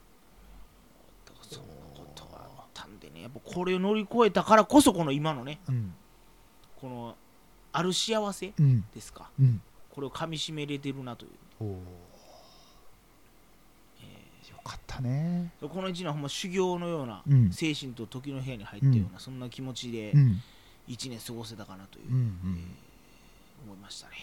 [SPEAKER 2] らそんなことがあったんでねやっぱこれを乗り越えたからこそこの今のね
[SPEAKER 1] うん
[SPEAKER 2] このある幸せ
[SPEAKER 1] うん
[SPEAKER 2] ですか
[SPEAKER 1] うん
[SPEAKER 2] これをかみしめれてるなという
[SPEAKER 1] おおよかったね
[SPEAKER 2] この一年はほんま修行のような、
[SPEAKER 1] うん
[SPEAKER 2] 精神と時の部屋に入ったような、そんな気持ちで
[SPEAKER 1] うん
[SPEAKER 2] 一年過ごせたかなという、
[SPEAKER 1] うんうん
[SPEAKER 2] 思いましたね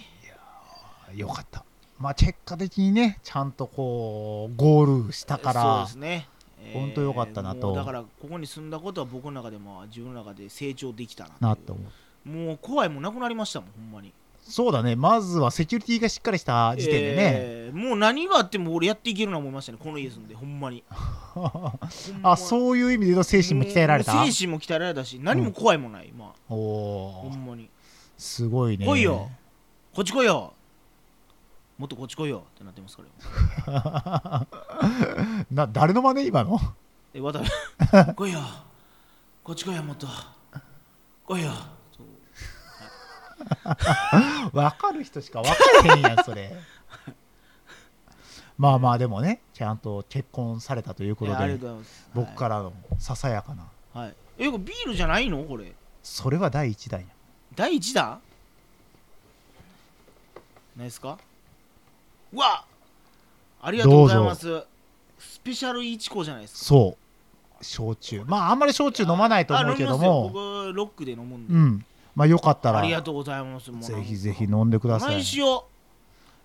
[SPEAKER 1] よかった。まあ結果的にね、ちゃんとこう、ゴールしたか
[SPEAKER 2] そう
[SPEAKER 1] ら
[SPEAKER 2] で、すねえー
[SPEAKER 1] ほんとよかったなと
[SPEAKER 2] もうだからここに住んだことは僕の中でも自分の中で成長できたな
[SPEAKER 1] な
[SPEAKER 2] という
[SPEAKER 1] と思う。
[SPEAKER 2] もう怖いもんなくなりましたもんほんまに
[SPEAKER 1] そうだねまずはセキュリティがしっかりした時点でね、
[SPEAKER 2] えーもう何があっても俺やっていけるな思いましたねこの家住んでほんまに
[SPEAKER 1] あそういう意味で言うと精神も鍛えられた
[SPEAKER 2] 精神も鍛えられたし何も怖いもない、ま
[SPEAKER 1] おお
[SPEAKER 2] あほ
[SPEAKER 1] ー
[SPEAKER 2] んまに
[SPEAKER 1] すごいね
[SPEAKER 2] 来いよこっち来いよもっとこっち来いよってなってますから
[SPEAKER 1] な誰の真似今の
[SPEAKER 2] え渡部来いよこっち来いよもっと来いよそう
[SPEAKER 1] 分かる人しか分かれへんやんそ れまあまあでもねちゃんと結婚されたというこ
[SPEAKER 2] い
[SPEAKER 1] と
[SPEAKER 2] やありが
[SPEAKER 1] で
[SPEAKER 2] とうございます
[SPEAKER 1] 僕からのささやかな
[SPEAKER 2] はい、はいえこれビールじゃないのこれ
[SPEAKER 1] それは第一弾や
[SPEAKER 2] 第1弾ないですかうわありがとうございますスペシャルイチコじゃないですか
[SPEAKER 1] そう焼酎まああんまり焼酎飲まないと思うけど
[SPEAKER 2] あ飲みます
[SPEAKER 1] も
[SPEAKER 2] よ僕ロックで飲むんで、
[SPEAKER 1] うんまあよかったら
[SPEAKER 2] ありが
[SPEAKER 1] ぜ
[SPEAKER 2] とうございますもう
[SPEAKER 1] ひぜひ飲んでください
[SPEAKER 2] 毎
[SPEAKER 1] い
[SPEAKER 2] 週よ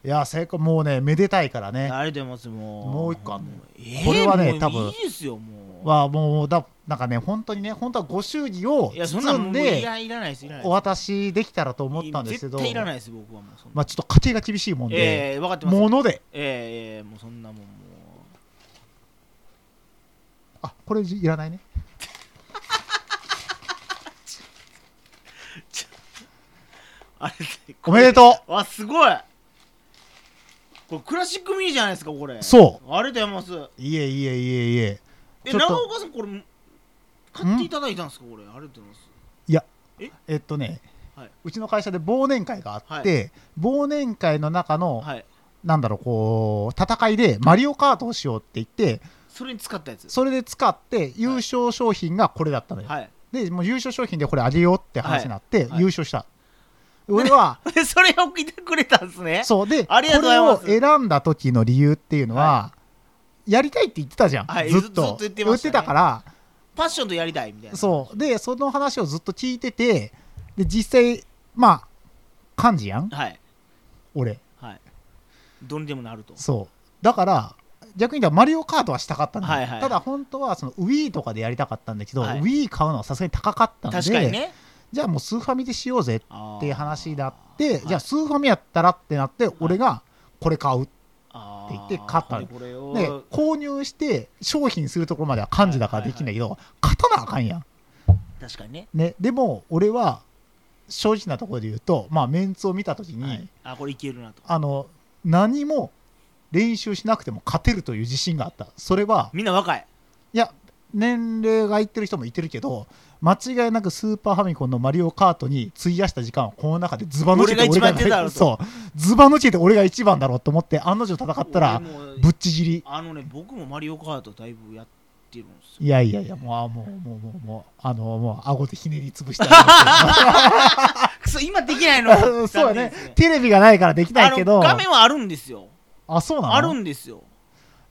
[SPEAKER 1] や最高もうねめでたいからね
[SPEAKER 2] ありがとうございますもう
[SPEAKER 1] もう一個あんの
[SPEAKER 2] もうえー
[SPEAKER 1] これはね
[SPEAKER 2] もう
[SPEAKER 1] 多分
[SPEAKER 2] いいですよもう
[SPEAKER 1] はもうだなんかね本当にね本当はご祝儀を
[SPEAKER 2] いやそんな
[SPEAKER 1] 包
[SPEAKER 2] んも
[SPEAKER 1] ん
[SPEAKER 2] うい
[SPEAKER 1] で
[SPEAKER 2] らいらないですいらないです
[SPEAKER 1] お渡しできたらと思ったんですけど
[SPEAKER 2] 絶対いらないです僕はもうそんな、
[SPEAKER 1] まあちょっと家庭が厳しいもんで、
[SPEAKER 2] ええ分かってます
[SPEAKER 1] もので
[SPEAKER 2] ええええもうそんなもんもう
[SPEAKER 1] あこれいらないね
[SPEAKER 2] あれ
[SPEAKER 1] おめでと
[SPEAKER 2] うわすごいこれクラシックミニじゃないですかこれ
[SPEAKER 1] そう
[SPEAKER 2] ありがとうございます
[SPEAKER 1] ういえいえいえいえ
[SPEAKER 2] え
[SPEAKER 1] ちょっと
[SPEAKER 2] 長岡さんこれ買っていただいたんですかこれありがとうございます
[SPEAKER 1] えっとね、
[SPEAKER 2] はいう
[SPEAKER 1] ちの会社で忘年会があって、忘年会の中の、
[SPEAKER 2] はい
[SPEAKER 1] なんだろうこう戦いでマリオカートをしようって言って
[SPEAKER 2] それに使ったやつ
[SPEAKER 1] それで使って優勝商品がこれだったのよ、
[SPEAKER 2] はい
[SPEAKER 1] でもう優勝商品でこれあげようって話になって、
[SPEAKER 2] はい
[SPEAKER 1] 優勝した、俺は
[SPEAKER 2] でそれを聞いてくれたんですね
[SPEAKER 1] そうでこ
[SPEAKER 2] ありがとうござ
[SPEAKER 1] れ
[SPEAKER 2] いま
[SPEAKER 1] を
[SPEAKER 2] す
[SPEAKER 1] 選んだ時の理由っていうのは、やりたいって言ってたじゃん、
[SPEAKER 2] はい
[SPEAKER 1] ずっと
[SPEAKER 2] ずずっと言ってましたね
[SPEAKER 1] 言から
[SPEAKER 2] パッションとやりたいみたいな
[SPEAKER 1] そうでその話をずっと聞いててで実際まあ幹事やん
[SPEAKER 2] はい
[SPEAKER 1] 俺
[SPEAKER 2] はいどれでもなると
[SPEAKER 1] そうだから逆に言ったらマリオカートはしたかったんだよ、
[SPEAKER 2] はいはい
[SPEAKER 1] ただ本当はその Wii とかでやりたかったんだけど、
[SPEAKER 2] はい
[SPEAKER 1] Wii 買うのはさすがに高かったんで
[SPEAKER 2] 確かにね
[SPEAKER 1] じゃあもうスーファミでしようぜ
[SPEAKER 2] っ
[SPEAKER 1] っていう話になっ
[SPEAKER 2] あ
[SPEAKER 1] て
[SPEAKER 2] ー
[SPEAKER 1] じゃあスーファミやったらってなって俺がこれ買う
[SPEAKER 2] って
[SPEAKER 1] 言って勝ったの
[SPEAKER 2] これを
[SPEAKER 1] で購入して商品するところまでは漢字だからできないけど勝たなあかんやん、
[SPEAKER 2] 確かにね
[SPEAKER 1] ね、でも俺は正直なところで言うと、まあ、メンツを見た時に、
[SPEAKER 2] はいあこれいけるなと
[SPEAKER 1] あの何も練習しなくても勝てるという自信があったそれは
[SPEAKER 2] みんな若い
[SPEAKER 1] いや年齢がいってる人もいてるけど間違いなくスーパーファミコンの「マリオカート」に費やした時間をこの中でズバ抜けて
[SPEAKER 2] 俺が一番やってただろうと
[SPEAKER 1] そうズバ抜けて俺が一番だろうと思って案の定戦ったら
[SPEAKER 2] 俺も
[SPEAKER 1] ぶっちぎり
[SPEAKER 2] あのね、僕もマリオカートだいぶやってるんですよ。
[SPEAKER 1] いやいやいやもうあもうもうもうもうあのもう顎でひねり潰してあ
[SPEAKER 2] くそ、今できない
[SPEAKER 1] げる
[SPEAKER 2] の。
[SPEAKER 1] そうや
[SPEAKER 2] 残念
[SPEAKER 1] ね
[SPEAKER 2] です
[SPEAKER 1] テレビがないからでき
[SPEAKER 2] あ
[SPEAKER 1] ない
[SPEAKER 2] の
[SPEAKER 1] けど
[SPEAKER 2] 画面はあるんですよ。
[SPEAKER 1] あそうなの
[SPEAKER 2] あるんですよ。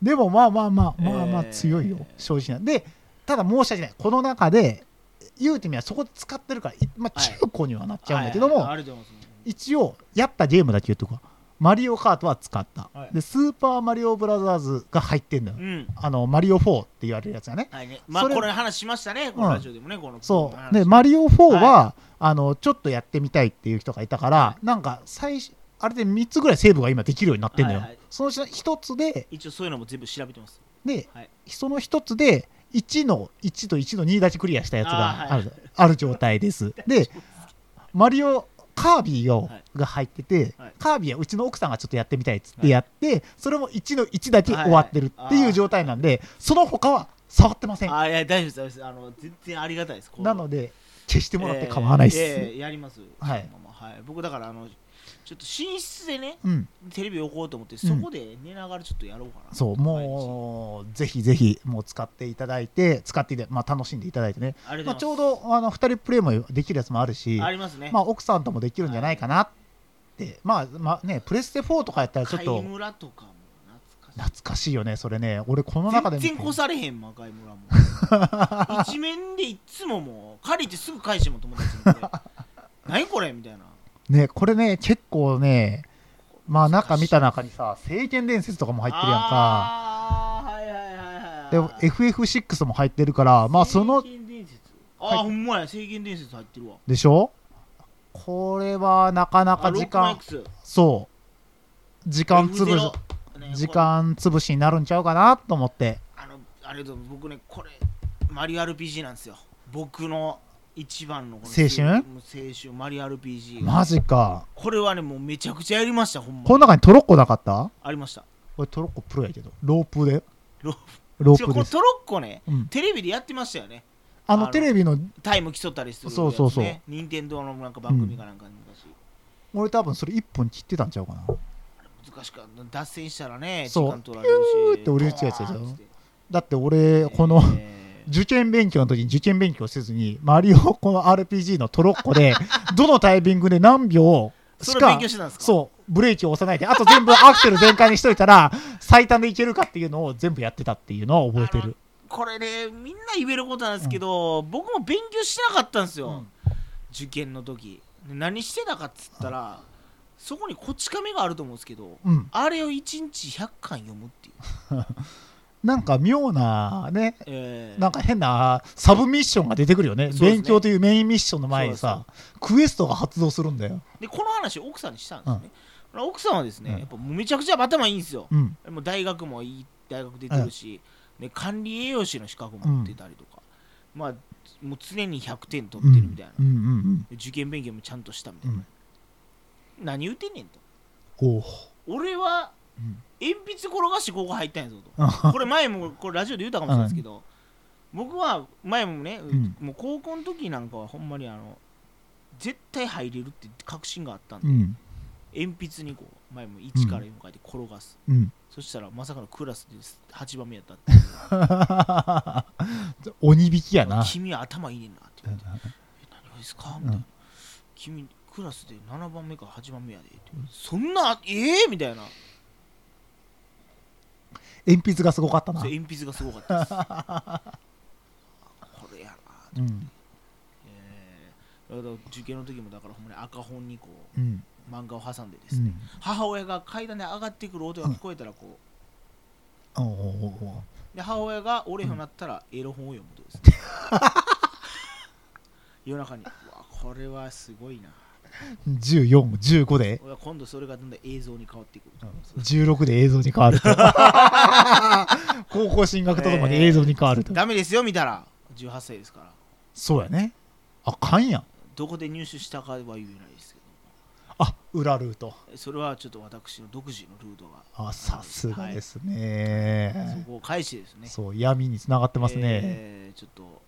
[SPEAKER 1] でもまあまあまあまあまあ
[SPEAKER 2] えー
[SPEAKER 1] 強いよ、正直なでただ申し訳ないこの中で言うてみればそこで使ってるから、いまあ、
[SPEAKER 2] はい
[SPEAKER 1] 中古にはなっちゃうんだけども、
[SPEAKER 2] はいはいありがとうございます。
[SPEAKER 1] 一応やったゲームだけ言っとくわマリオカートは使った、
[SPEAKER 2] はい
[SPEAKER 1] でスーパーマリオブラザーズが入ってんのよ、
[SPEAKER 2] うん。
[SPEAKER 1] あのマリオ4って言われるやつがね
[SPEAKER 2] はいね。まあ、
[SPEAKER 1] それ
[SPEAKER 2] これ話しましたね、このラジオでもね、この。
[SPEAKER 1] そうで
[SPEAKER 2] ね、
[SPEAKER 1] マリオ4は、
[SPEAKER 2] は
[SPEAKER 1] あのちょっとやってみたいっていう人がいたから、なんか最初あれで3つぐらいセーブが今できるようになってんのよ、
[SPEAKER 2] はいはい
[SPEAKER 1] そのうちの1つで
[SPEAKER 2] 一応そういうのも全部調べてます。
[SPEAKER 1] で、
[SPEAKER 2] はい
[SPEAKER 1] その1つで1の1と1の2だけクリアしたやつがある,、
[SPEAKER 2] あーは
[SPEAKER 1] ある状態 ですでマリオカービィを、
[SPEAKER 2] はい
[SPEAKER 1] が入ってて、
[SPEAKER 2] はい
[SPEAKER 1] カービィはうちの奥さんがちょっとやってみたいっつってやって、それも1の1だけ終わってるっていう状態なんで、その他は触ってません
[SPEAKER 2] あ、いや、大丈夫です大丈夫です。あの、全然ありがたいです。こう
[SPEAKER 1] なので消してもらって構わないっす、
[SPEAKER 2] えーえーやります。
[SPEAKER 1] はい
[SPEAKER 2] まあまあはい。僕だから、あの、ちょっと寝室でね、
[SPEAKER 1] うん
[SPEAKER 2] テレビ置こうと思って、そこで寝ながらちょっとやろうかな。
[SPEAKER 1] そうもうぜひぜひもう使っていただいて使っていたまあ、楽しんでいただいてね、
[SPEAKER 2] あり
[SPEAKER 1] まあ、
[SPEAKER 2] が
[SPEAKER 1] ち
[SPEAKER 2] とう
[SPEAKER 1] ょ
[SPEAKER 2] ご
[SPEAKER 1] うどあの2人プレイもできるやつもあるし
[SPEAKER 2] ざいます。ありますね。
[SPEAKER 1] まあ、奥さんともできるんじゃないかなって、まあまあねプレステ4とかやったらちょっ
[SPEAKER 2] 貝
[SPEAKER 1] と
[SPEAKER 2] 村とかも懐かしい
[SPEAKER 1] 懐かしいよねそれね俺この中で見て
[SPEAKER 2] 全然越されへん魔界 村も一面でいっつももう借りてすぐ返しても友達に 「何これ」みたいな
[SPEAKER 1] ねこれね結構ねまあ中見た中にさ「聖剣伝説」とかも入ってるやんか
[SPEAKER 2] あーはいはいはいはい
[SPEAKER 1] で FF6 も入ってるからまあその
[SPEAKER 2] 聖剣伝説あー
[SPEAKER 1] はい
[SPEAKER 2] ほんまや聖剣伝説入ってるわ
[SPEAKER 1] でしょこれはなかなか時間そう時間つぶし時間つぶしになるんちゃうかなと思って
[SPEAKER 2] あのあれだ僕ねこれマリオ RPG なんですよ僕の一番のこの
[SPEAKER 1] 青春
[SPEAKER 2] もう青春マリオ RPG
[SPEAKER 1] マジか
[SPEAKER 2] これはねもうめちゃくちゃやりましたほんま
[SPEAKER 1] この中にトロッコなかった
[SPEAKER 2] ありました
[SPEAKER 1] 俺トロッコプロやけどロープで
[SPEAKER 2] ロー
[SPEAKER 1] ロ
[SPEAKER 2] 違
[SPEAKER 1] ープ
[SPEAKER 2] うこ
[SPEAKER 1] で
[SPEAKER 2] れ
[SPEAKER 1] す
[SPEAKER 2] トロッコね
[SPEAKER 1] うん
[SPEAKER 2] テレビでやってましたよね
[SPEAKER 1] あ
[SPEAKER 2] あ
[SPEAKER 1] の
[SPEAKER 2] の
[SPEAKER 1] テレビの
[SPEAKER 2] タイム競ったりするやつ、ね、
[SPEAKER 1] そうそうそう
[SPEAKER 2] 任天堂のなんか番組かなんかに昔、
[SPEAKER 1] 俺多分それ1分切ってたんちゃうかな
[SPEAKER 2] 難しかった脱線したらね時
[SPEAKER 1] そう
[SPEAKER 2] 間取られるし
[SPEAKER 1] ピューって降りるやつやつでしょ
[SPEAKER 2] ドーンっつって
[SPEAKER 1] だって俺この
[SPEAKER 2] えー
[SPEAKER 1] 受験勉強の時に受験勉強せずにマリオこの RPG のトロッコ でどのタイミングで何秒し
[SPEAKER 2] それ勉
[SPEAKER 1] か
[SPEAKER 2] 強してたんですか
[SPEAKER 1] そうブレーキを押さないであと全部アクセル全開にしといたら最短でいけるかっていうのを全部やってたっていうのは覚えてる
[SPEAKER 2] これねみんな言えることなんですけど、僕も勉強してなかったんですよ、
[SPEAKER 1] うん
[SPEAKER 2] 受験の時で何してたかっつったらそこにこち亀があると思うんですけど
[SPEAKER 1] うん
[SPEAKER 2] あれを1日100巻読むっていう、
[SPEAKER 1] なんか妙なね
[SPEAKER 2] えー
[SPEAKER 1] なんか変なサブミッションが出てくるよね
[SPEAKER 2] そうですね
[SPEAKER 1] 勉強というメインミッションの前にさクエストが発動するんだよ
[SPEAKER 2] でこの話を奥さんにしたんですね、奥さんはですね、やっぱもうめちゃくちゃ頭いいんですよ、
[SPEAKER 1] うん
[SPEAKER 2] もう大学もいい大学出てるし、ね、管理栄養士の資格も持ってたりとか、まあもう常に100点取
[SPEAKER 1] うん
[SPEAKER 2] ってるみたいな、
[SPEAKER 1] うんうんうん
[SPEAKER 2] 受験勉強もちゃんとしたみた
[SPEAKER 1] う
[SPEAKER 2] いな、
[SPEAKER 1] ん
[SPEAKER 2] 何言うてんねんと
[SPEAKER 1] おう
[SPEAKER 2] 俺は
[SPEAKER 1] うん
[SPEAKER 2] 鉛筆転がしてここ入ったんやぞと
[SPEAKER 1] あ
[SPEAKER 2] これ前もこれラジオで言ったかもしれないですけど、僕は前もね、
[SPEAKER 1] ん
[SPEAKER 2] もう高校の時なんかはほんまにあの絶対入れるって確信があったんで、
[SPEAKER 1] うん
[SPEAKER 2] 鉛筆にこう前も1から4書いて転がす、
[SPEAKER 1] うん
[SPEAKER 2] そしたらまさかのクラスです8番目やったって
[SPEAKER 1] 鬼引きやな
[SPEAKER 2] 君は頭いいねんなって言われてえ何がですかみたいな、君クラスで7番目か8番目やでって言われてそんなええみたいな
[SPEAKER 1] 鉛筆がすごかったな
[SPEAKER 2] そう鉛筆がすごかった ですあこれやな
[SPEAKER 1] うん
[SPEAKER 2] えーだから受験の時もだからほんまに赤本にこう
[SPEAKER 1] うん
[SPEAKER 2] 漫画を挟んでで
[SPEAKER 1] う
[SPEAKER 2] すね、
[SPEAKER 1] ん
[SPEAKER 2] 母親が階段で上がってくる音が聞こえたらこ
[SPEAKER 1] おうおうおうおう
[SPEAKER 2] うで母親が折れへんようになったらエロ本を読むとですね夜中にうわこれはすごいな
[SPEAKER 1] 1415で
[SPEAKER 2] 俺は今度それがどんどん映像に変わっていくると思います
[SPEAKER 1] 16で映像に変わると 高校進学とともに映像に変わると
[SPEAKER 2] ダメですよ見たら18歳ですから
[SPEAKER 1] そうやねあかんやん
[SPEAKER 2] どこで入手したかは言えないですけ
[SPEAKER 1] あ裏ルート
[SPEAKER 2] どそれはちょっと私の独自のルートが
[SPEAKER 1] あさすがで
[SPEAKER 2] は
[SPEAKER 1] す
[SPEAKER 2] いそ
[SPEAKER 1] ね、
[SPEAKER 2] こを返してですね
[SPEAKER 1] そう闇に繋がってますね、
[SPEAKER 2] えーちょっと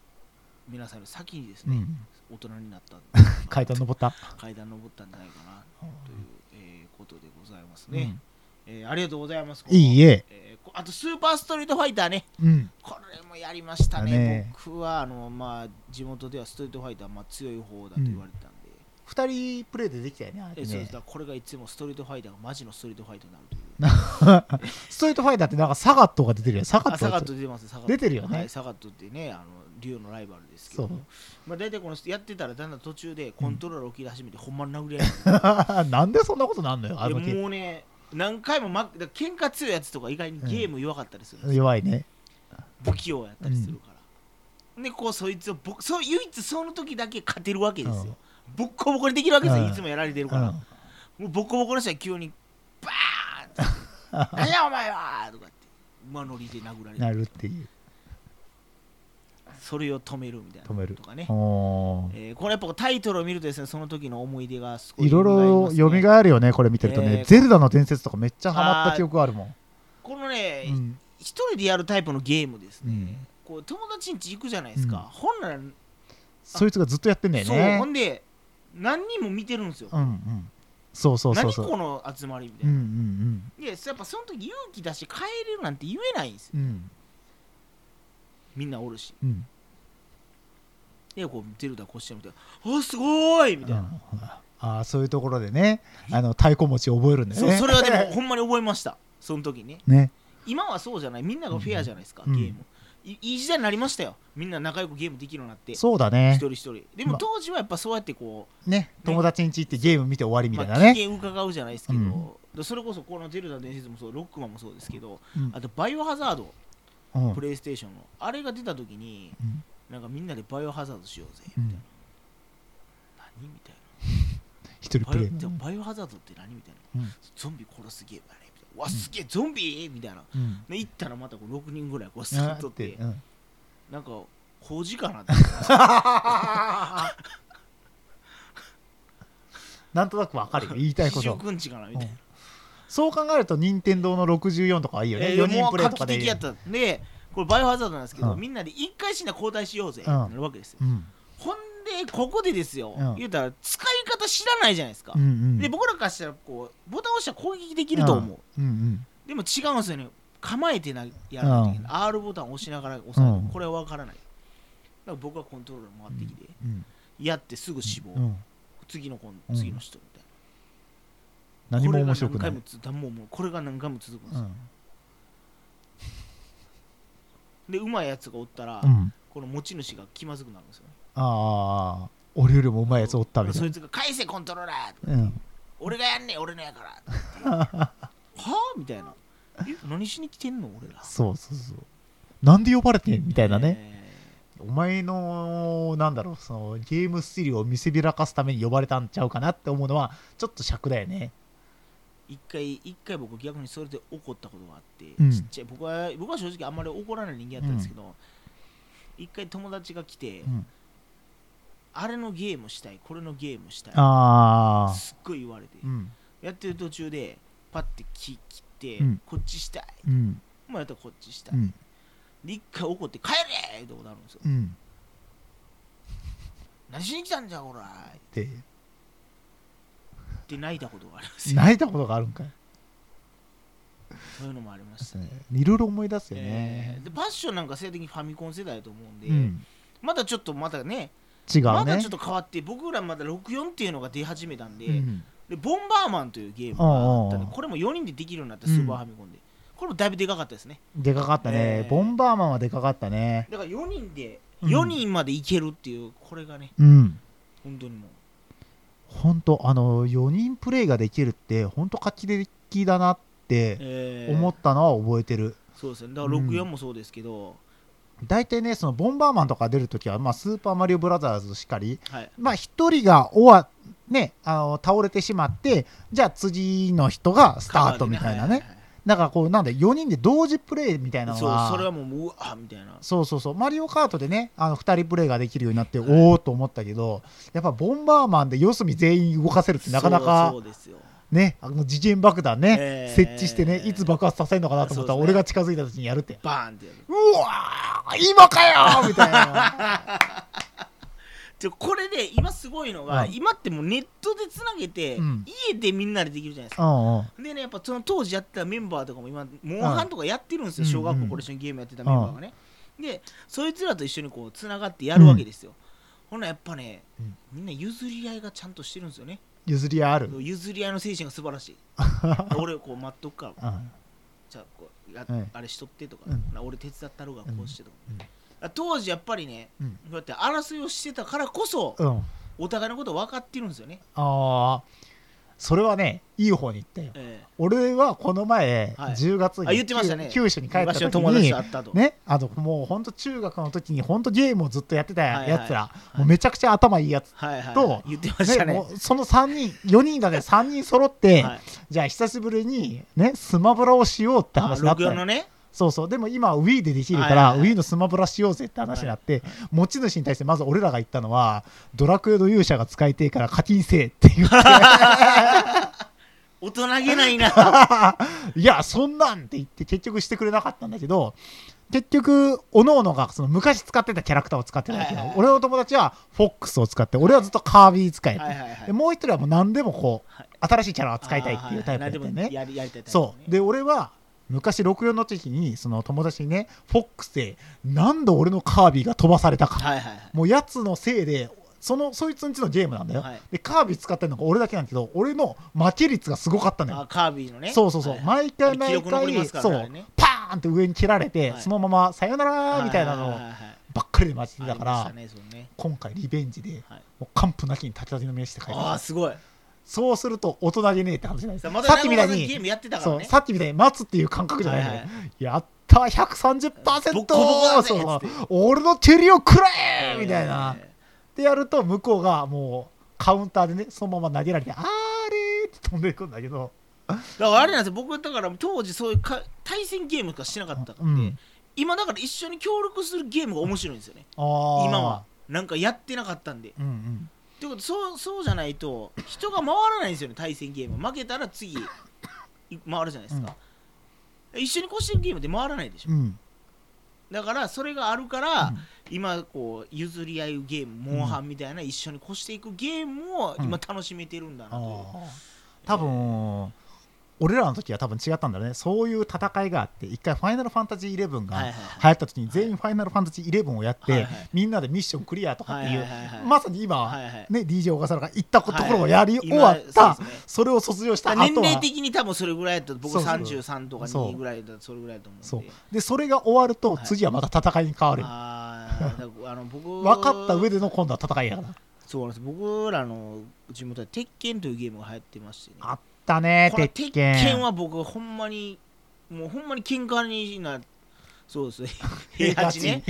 [SPEAKER 2] 皆さんの先にです
[SPEAKER 1] う
[SPEAKER 2] ね、
[SPEAKER 1] ん
[SPEAKER 2] 大人になったんで
[SPEAKER 1] 階段登った
[SPEAKER 2] 階段登ったんじゃないかなという、えーことでございますね、えーありがとうございます
[SPEAKER 1] うんいい
[SPEAKER 2] え
[SPEAKER 1] え
[SPEAKER 2] えーこあとスーパーストリートファイターね
[SPEAKER 1] うん
[SPEAKER 2] これもやりましたね
[SPEAKER 1] だね
[SPEAKER 2] 僕はあの、まあ、地元ではストリートファイター、まあ、強い方だと言われてたんで、
[SPEAKER 1] 2人プレイでできたよねあ
[SPEAKER 2] え
[SPEAKER 1] れ
[SPEAKER 2] そうで
[SPEAKER 1] ね
[SPEAKER 2] すだからこれがいつもストリートファイターがマジのストリートファイターになるという
[SPEAKER 1] ストリートファイターってなんかサガットが出てるよサガ
[SPEAKER 2] あ
[SPEAKER 1] ット
[SPEAKER 2] サ
[SPEAKER 1] が
[SPEAKER 2] ガット出てますサガット
[SPEAKER 1] 出てるよね
[SPEAKER 2] はい、サガットってねあの竜のライバルですけど
[SPEAKER 1] そう
[SPEAKER 2] まあ、大体このやってたらだんだん途中でコントローラーを切り始めて、ほんまに殴り合 い
[SPEAKER 1] なんでそんなことなんのよあの
[SPEAKER 2] になるいや
[SPEAKER 1] 時
[SPEAKER 2] もうね何回も負けだから喧嘩強いやつとか意外にゲーム弱かったりするんですよ、
[SPEAKER 1] 弱いね
[SPEAKER 2] 不器用やったりするから、でこうそいつをぼそう唯一その時だけ勝てるわけですよ、ボッコボコにできるわけですよ、
[SPEAKER 1] うん
[SPEAKER 2] いつもやられてる
[SPEAKER 1] う
[SPEAKER 2] から、
[SPEAKER 1] ん
[SPEAKER 2] もうボコボコの人は急にバーンっ て何やお前は!」とかって馬乗りで殴られ
[SPEAKER 1] な
[SPEAKER 2] て
[SPEAKER 1] るっていう
[SPEAKER 2] それを止めるみたいな
[SPEAKER 1] 止める
[SPEAKER 2] とかね、
[SPEAKER 1] おー
[SPEAKER 2] えーこれやっぱタイトルを見るとですねその時の思い出がすごい
[SPEAKER 1] いろいろ
[SPEAKER 2] 蘇りますね
[SPEAKER 1] 蘇るよねこれ見てるとね、
[SPEAKER 2] えー
[SPEAKER 1] ゼルダの伝説とかめっちゃハマった記憶あるもん、
[SPEAKER 2] このね、
[SPEAKER 1] うん
[SPEAKER 2] 一人でやるタイプのゲームですね、
[SPEAKER 1] うん
[SPEAKER 2] こう友達ん家行くじゃないですか、
[SPEAKER 1] うん
[SPEAKER 2] ほんなら、
[SPEAKER 1] そいつがずっとやってんだよ
[SPEAKER 2] そう
[SPEAKER 1] ね
[SPEAKER 2] ほんで何人も見てるんですよ、
[SPEAKER 1] うんうんそうそうそうそう
[SPEAKER 2] 何この集まりみた
[SPEAKER 1] う
[SPEAKER 2] い
[SPEAKER 1] んう
[SPEAKER 2] な、
[SPEAKER 1] ん
[SPEAKER 2] でやっぱその時勇気出して帰れるなんて言えないんですよ
[SPEAKER 1] うんうん
[SPEAKER 2] みんなおるし
[SPEAKER 1] うん
[SPEAKER 2] でこう出るだこうしてみて「おすごい!」みたいな、
[SPEAKER 1] うんああそういうところでねあの太鼓持ち覚えるんだよ
[SPEAKER 2] そう
[SPEAKER 1] ね
[SPEAKER 2] それ はでもほんまに覚えましたその時ね
[SPEAKER 1] ね
[SPEAKER 2] 今はそうじゃないみんながフェアじゃないですか、
[SPEAKER 1] うん
[SPEAKER 2] ゲームいいい時代になりましたよみんな仲良くゲームできるようになって
[SPEAKER 1] そうだ
[SPEAKER 2] 一
[SPEAKER 1] ね
[SPEAKER 2] 人一人でも
[SPEAKER 1] ま
[SPEAKER 2] 当時はやっぱそうやってこ
[SPEAKER 1] ね友達ん家行ってゲーム見て終わり
[SPEAKER 2] う、
[SPEAKER 1] み
[SPEAKER 2] ま
[SPEAKER 1] た
[SPEAKER 2] あ
[SPEAKER 1] いなね、
[SPEAKER 2] 危険伺うじゃないですけど、
[SPEAKER 1] うん
[SPEAKER 2] でそれこそこの「ゼルダの伝説」もそうロックマンもそうですけど、
[SPEAKER 1] うん
[SPEAKER 2] あと「バイオハザード」
[SPEAKER 1] うん
[SPEAKER 2] プレイステーションのあれが出た時に
[SPEAKER 1] うん
[SPEAKER 2] なんかみんなで「バイオハザード」しようぜ
[SPEAKER 1] う
[SPEAKER 2] み
[SPEAKER 1] ん
[SPEAKER 2] たいな、何みたいな
[SPEAKER 1] 一人
[SPEAKER 2] バイ
[SPEAKER 1] プレ
[SPEAKER 2] オ
[SPEAKER 1] イ
[SPEAKER 2] でもバイオハザードって何みたいな、
[SPEAKER 1] うん
[SPEAKER 2] ゾンビ殺すゲームあれみたいなわすげえゾンビみたいな、
[SPEAKER 1] うん
[SPEAKER 2] で行ったらまたこう6人ぐらいこうス
[SPEAKER 1] あ
[SPEAKER 2] ッ
[SPEAKER 1] ー
[SPEAKER 2] とっ
[SPEAKER 1] って
[SPEAKER 2] て
[SPEAKER 1] うん
[SPEAKER 2] なんか工事かなって
[SPEAKER 1] なんとなくわ かるよ言いたいこと
[SPEAKER 2] くんちかなみたいな、
[SPEAKER 1] そう考えると任天堂の64とかはいいよね
[SPEAKER 2] えー
[SPEAKER 1] 4人プレイと
[SPEAKER 2] も
[SPEAKER 1] か
[SPEAKER 2] う画期
[SPEAKER 1] で
[SPEAKER 2] 的やったでこれバイオハザードなんですけど、
[SPEAKER 1] うん
[SPEAKER 2] みんなで一回死んだら交代しようぜって
[SPEAKER 1] うん
[SPEAKER 2] なるわけですよ、
[SPEAKER 1] うん
[SPEAKER 2] ほんでここでですよ、
[SPEAKER 1] うん
[SPEAKER 2] 言うたら使い方知らないじゃないですか、
[SPEAKER 1] うんうん
[SPEAKER 2] で僕らからしたらこうボタン押したら攻撃できると思う、
[SPEAKER 1] うんうん
[SPEAKER 2] でも違うんですよね構えてなやらないといけない、R ボタンを押しながら押さないと、
[SPEAKER 1] うん
[SPEAKER 2] これは分からないだから僕はコントローラー回ってきて、
[SPEAKER 1] うん
[SPEAKER 2] やってすぐ死亡、
[SPEAKER 1] うん
[SPEAKER 2] 次の今
[SPEAKER 1] うん
[SPEAKER 2] 次の人みたいな、
[SPEAKER 1] 何も面白く
[SPEAKER 2] こ
[SPEAKER 1] な
[SPEAKER 2] れが
[SPEAKER 1] い
[SPEAKER 2] 何回もつだもうもうこれが何回も続くんです
[SPEAKER 1] う
[SPEAKER 2] よ、
[SPEAKER 1] ん
[SPEAKER 2] でうまいやつがおったら、
[SPEAKER 1] うん
[SPEAKER 2] この持ち主が気まずくなるんですよね
[SPEAKER 1] ああ俺よりもうまいやつおったみたい
[SPEAKER 2] そ
[SPEAKER 1] ない
[SPEAKER 2] つが「返せコントローラー!」
[SPEAKER 1] うん
[SPEAKER 2] 俺がやんねん俺のやからって 言って」はあみたいな「え何しに来てんの俺ら」
[SPEAKER 1] そうそうそうなんで呼ばれてんみたいなね
[SPEAKER 2] ね
[SPEAKER 1] お前のなんだろうそのゲームスキルを見せびらかすために呼ばれたんちゃうかなって思うのはちょっと尺だよね
[SPEAKER 2] 一回一回僕逆にそれで怒ったことがあって、
[SPEAKER 1] うん
[SPEAKER 2] ちっちゃい僕は僕は正直あんまり怒らない人間やったんですけど、一回友達が来て、
[SPEAKER 1] うん
[SPEAKER 2] あれのゲームしたいこれのゲームしたい
[SPEAKER 1] ああ
[SPEAKER 2] すっごい言われて、
[SPEAKER 1] うん
[SPEAKER 2] やってる途中でパッて切切って、
[SPEAKER 1] うん
[SPEAKER 2] こっちしたい
[SPEAKER 1] うん
[SPEAKER 2] もうやったらこっちした
[SPEAKER 1] う
[SPEAKER 2] い、
[SPEAKER 1] ん
[SPEAKER 2] で一回怒って帰れってことなるんですよ、
[SPEAKER 1] うん
[SPEAKER 2] 何しに来たんじゃこらー
[SPEAKER 1] って
[SPEAKER 2] って泣いたことがありますよ
[SPEAKER 1] 泣いたことがあるんかい
[SPEAKER 2] そういうのもありましたね
[SPEAKER 1] いろいろ思い出すよ
[SPEAKER 2] え
[SPEAKER 1] ね
[SPEAKER 2] ーでパッションなんか性的にファミコン世代だと思うんで、
[SPEAKER 1] うん
[SPEAKER 2] まだちょっとまだね
[SPEAKER 1] 違うね
[SPEAKER 2] まだちょっと変わって僕らまだ64っていうのが出始めたんで,、
[SPEAKER 1] うん
[SPEAKER 2] でボンバーマンというゲームがあった
[SPEAKER 1] おう
[SPEAKER 2] ん
[SPEAKER 1] おうお
[SPEAKER 2] で
[SPEAKER 1] う
[SPEAKER 2] これも4人でできるようになった
[SPEAKER 1] うん
[SPEAKER 2] スーパーファミコンで、これもだいぶでかかったですね
[SPEAKER 1] でかかったね
[SPEAKER 2] えー
[SPEAKER 1] ボンバーマンはでかかったね
[SPEAKER 2] だから4人で
[SPEAKER 1] うん
[SPEAKER 2] 4人までいけるっていうこれがね
[SPEAKER 1] うん
[SPEAKER 2] 本当にもう
[SPEAKER 1] 本当あの4人プレイができるって本当画期的だなって
[SPEAKER 2] えー
[SPEAKER 1] 思ったのは覚えてる
[SPEAKER 2] そうですねだから64もそうですけど、
[SPEAKER 1] 大体ねそのボンバーマンとか出るときは、まあ、スーパーマリオブラザーズしかり
[SPEAKER 2] はい
[SPEAKER 1] まあ一人が終わねあの倒れてしまってじゃあ次の人がスタートみたいなね
[SPEAKER 2] カバーでは
[SPEAKER 1] だからこうなんで4人で同時プレイみたい
[SPEAKER 2] いは
[SPEAKER 1] ないの
[SPEAKER 2] そう
[SPEAKER 1] が
[SPEAKER 2] それはもううわみたいな
[SPEAKER 1] そうそうそうマリオカートでねあの2人プレイができるようになって、
[SPEAKER 2] はい
[SPEAKER 1] おおと思ったけどやっぱボンバーマンで四隅全員動かせるってなかなか
[SPEAKER 2] そうそうですよ
[SPEAKER 1] ねあの次元爆弾ね、
[SPEAKER 2] えー
[SPEAKER 1] 設置してねいつ爆発させるのかなと思ったら、
[SPEAKER 2] そうで
[SPEAKER 1] 俺
[SPEAKER 2] すね
[SPEAKER 1] が近づいた時にやるって
[SPEAKER 2] バーンってやる
[SPEAKER 1] うわー今かよーみたい な
[SPEAKER 2] でこれで今すごいのが、
[SPEAKER 1] うん
[SPEAKER 2] 今ってもうネットでつなげて、
[SPEAKER 1] うん
[SPEAKER 2] 家でみんなでできるじゃないです
[SPEAKER 1] う
[SPEAKER 2] か、
[SPEAKER 1] んうん
[SPEAKER 2] でねやっぱその当時やってたメンバーとかも今モンハンとかやってるんですよ、
[SPEAKER 1] うん
[SPEAKER 2] 小学校これ一緒にゲームやってたメンバーがね、でそいつらと一緒にこうつながってやるわけですよ、ほなやっぱね、
[SPEAKER 1] うん
[SPEAKER 2] みんな譲り合いがちゃんとしてるんですよね、
[SPEAKER 1] 譲り合いある、うん
[SPEAKER 2] 譲り合いの精神が素晴 らしい俺こう待っとくからじゃあこうや、
[SPEAKER 1] はい
[SPEAKER 2] あれしとってとか、
[SPEAKER 1] うん
[SPEAKER 2] ほな俺手伝ったろうがこうしてとか、
[SPEAKER 1] うんうん
[SPEAKER 2] だから当時やっぱりね
[SPEAKER 1] うん
[SPEAKER 2] こうやって争いをしてたからこそ、
[SPEAKER 1] うん、あ
[SPEAKER 2] お互いのこと分かってるんですよね。
[SPEAKER 1] あそれはねいい方に行ったよ
[SPEAKER 2] え
[SPEAKER 1] 俺はこの前、
[SPEAKER 2] はい
[SPEAKER 1] 10月に
[SPEAKER 2] あ言ってましたね
[SPEAKER 1] 九州に帰った
[SPEAKER 2] 昔
[SPEAKER 1] 時
[SPEAKER 2] の友達
[SPEAKER 1] に
[SPEAKER 2] と会ったと。
[SPEAKER 1] ね、あのもう本当中学の時に本当ゲームをずっとやってた
[SPEAKER 2] はいはい
[SPEAKER 1] やつら、もうめちゃくちゃ頭いいやつ、
[SPEAKER 2] はいはい、
[SPEAKER 1] と
[SPEAKER 2] 言ってました
[SPEAKER 1] ね
[SPEAKER 2] ね。
[SPEAKER 1] もうその3人4人がね3人揃って、
[SPEAKER 2] はい
[SPEAKER 1] じゃあ久しぶりにねスマブラをしようって
[SPEAKER 2] あ
[SPEAKER 1] 話になった
[SPEAKER 2] 64
[SPEAKER 1] の
[SPEAKER 2] のね、
[SPEAKER 1] そうそうでも今は Wii でできるから、
[SPEAKER 2] はいはいはい
[SPEAKER 1] Wii のスマブラしようぜって話になって、持ち主に対してまず俺らが言ったのはドラクエの勇者が使いてえから課金せえって言って
[SPEAKER 2] 大人げない な。
[SPEAKER 1] いや、そんなんって言って結局してくれなかったんだけど、結局、おのおのがその昔使ってたキャラクターを使ってたけど、
[SPEAKER 2] はいはいはい
[SPEAKER 1] 俺の友達はフォックスを使って、俺はずっとカービィ使い、
[SPEAKER 2] はいはいはい
[SPEAKER 1] でもう一人はもう何でもこう、
[SPEAKER 2] はい
[SPEAKER 1] 新しいキャラを使いたいっていうタイプだったよ
[SPEAKER 2] あーはいはい何で
[SPEAKER 1] ね
[SPEAKER 2] も。やりやりたいタイプね
[SPEAKER 1] そうで俺は昔64の時にその友達にねフォックスで何度俺のカービィが飛ばされたか、
[SPEAKER 2] はいはいはい。
[SPEAKER 1] もうやつのせいでそのそいつんちのゲームなんだよ、
[SPEAKER 2] はい
[SPEAKER 1] でカービィ使ってるのが俺だけなんだけど俺の負け率がすごかったのよ
[SPEAKER 2] あカービィのね。
[SPEAKER 1] そうそうそう、
[SPEAKER 2] はいはい
[SPEAKER 1] 毎回
[SPEAKER 2] 記
[SPEAKER 1] 毎
[SPEAKER 2] 録残りま
[SPEAKER 1] 回
[SPEAKER 2] すから
[SPEAKER 1] そ
[SPEAKER 2] ねあ
[SPEAKER 1] う
[SPEAKER 2] れね
[SPEAKER 1] パーンって上に切られて、
[SPEAKER 2] はい
[SPEAKER 1] そのままさよならみたいなの
[SPEAKER 2] ははははい
[SPEAKER 1] ばっかりで待ちてたか
[SPEAKER 2] あ
[SPEAKER 1] ら、
[SPEAKER 2] りましたねそうね
[SPEAKER 1] 今回リベンジで、
[SPEAKER 2] はい
[SPEAKER 1] もう完膚なきに立ち立ち飲みにして帰っ
[SPEAKER 2] ああ、
[SPEAKER 1] た
[SPEAKER 2] すごい。
[SPEAKER 1] そうすると大人げねえって話じゃないです
[SPEAKER 2] さ
[SPEAKER 1] か、
[SPEAKER 2] また
[SPEAKER 1] さっきみたい
[SPEAKER 2] ゲーム
[SPEAKER 1] に
[SPEAKER 2] やってたから
[SPEAKER 1] そう
[SPEAKER 2] ね。
[SPEAKER 1] さっきみたいに待つっていう感覚じゃないのよ、
[SPEAKER 2] はいは
[SPEAKER 1] やったー130%
[SPEAKER 2] ボッコボコだぜ
[SPEAKER 1] そうそう
[SPEAKER 2] つって
[SPEAKER 1] 俺の蹴りをくれーみたいな、
[SPEAKER 2] え
[SPEAKER 1] ってやると向こうがもうカウンターでねそのまま投げられてあれーって飛んでいくんだけど、
[SPEAKER 2] だからあれなんですよ僕だから当時そういうか対戦ゲームしかしてなかったんで、
[SPEAKER 1] うん
[SPEAKER 2] 今だから一緒に協力するゲームが面白いんですよね
[SPEAKER 1] あー
[SPEAKER 2] 今はなんかやってなかったんで
[SPEAKER 1] うんうん
[SPEAKER 2] ってことそうそうじゃないと人が回らないんですよね対戦ゲーム負けたら次い回るじゃないですか、一緒に越してるゲームって回らないでしょ、
[SPEAKER 1] うん
[SPEAKER 2] だからそれがあるから、
[SPEAKER 1] うん
[SPEAKER 2] 今こう譲り合うゲームモンハンみたいな一緒に越していくゲームを
[SPEAKER 1] うん
[SPEAKER 2] 今楽しめてるんだなと、
[SPEAKER 1] あー多分俺らの時は多分違ったんだろうねそういう戦いがあって一回「ファイナルファンタジー11」
[SPEAKER 2] はいは
[SPEAKER 1] が
[SPEAKER 2] いはい
[SPEAKER 1] 流行った時に全員「ファイナルファンタジー11」をやって、
[SPEAKER 2] はいはい
[SPEAKER 1] みんなでミッションクリアとかっていう、
[SPEAKER 2] はいはいはいはい
[SPEAKER 1] まさに今、
[SPEAKER 2] はいはい
[SPEAKER 1] ね DJ 小笠原が行ったところをやり
[SPEAKER 2] はい
[SPEAKER 1] 終わった、
[SPEAKER 2] 今そうですね
[SPEAKER 1] それを卒業した後は
[SPEAKER 2] 年齢的に多分それぐらいだと僕
[SPEAKER 1] そうそう
[SPEAKER 2] 33とか
[SPEAKER 1] そう
[SPEAKER 2] 2ぐらいだとそれぐらいだと
[SPEAKER 1] そ
[SPEAKER 2] 思うん
[SPEAKER 1] う
[SPEAKER 2] で
[SPEAKER 1] でそれが終わると
[SPEAKER 2] はい
[SPEAKER 1] 次はまた戦いに変わる、
[SPEAKER 2] あーだからあの僕
[SPEAKER 1] 分かった上での今度は戦いやから
[SPEAKER 2] そうなんです僕らの地元は鉄拳というゲームが流行ってましてね
[SPEAKER 1] あったね
[SPEAKER 2] これ
[SPEAKER 1] 鉄
[SPEAKER 2] 鉄
[SPEAKER 1] 拳
[SPEAKER 2] 拳は僕ほんまにもうほんまに喧嘩になそう ですね平八ね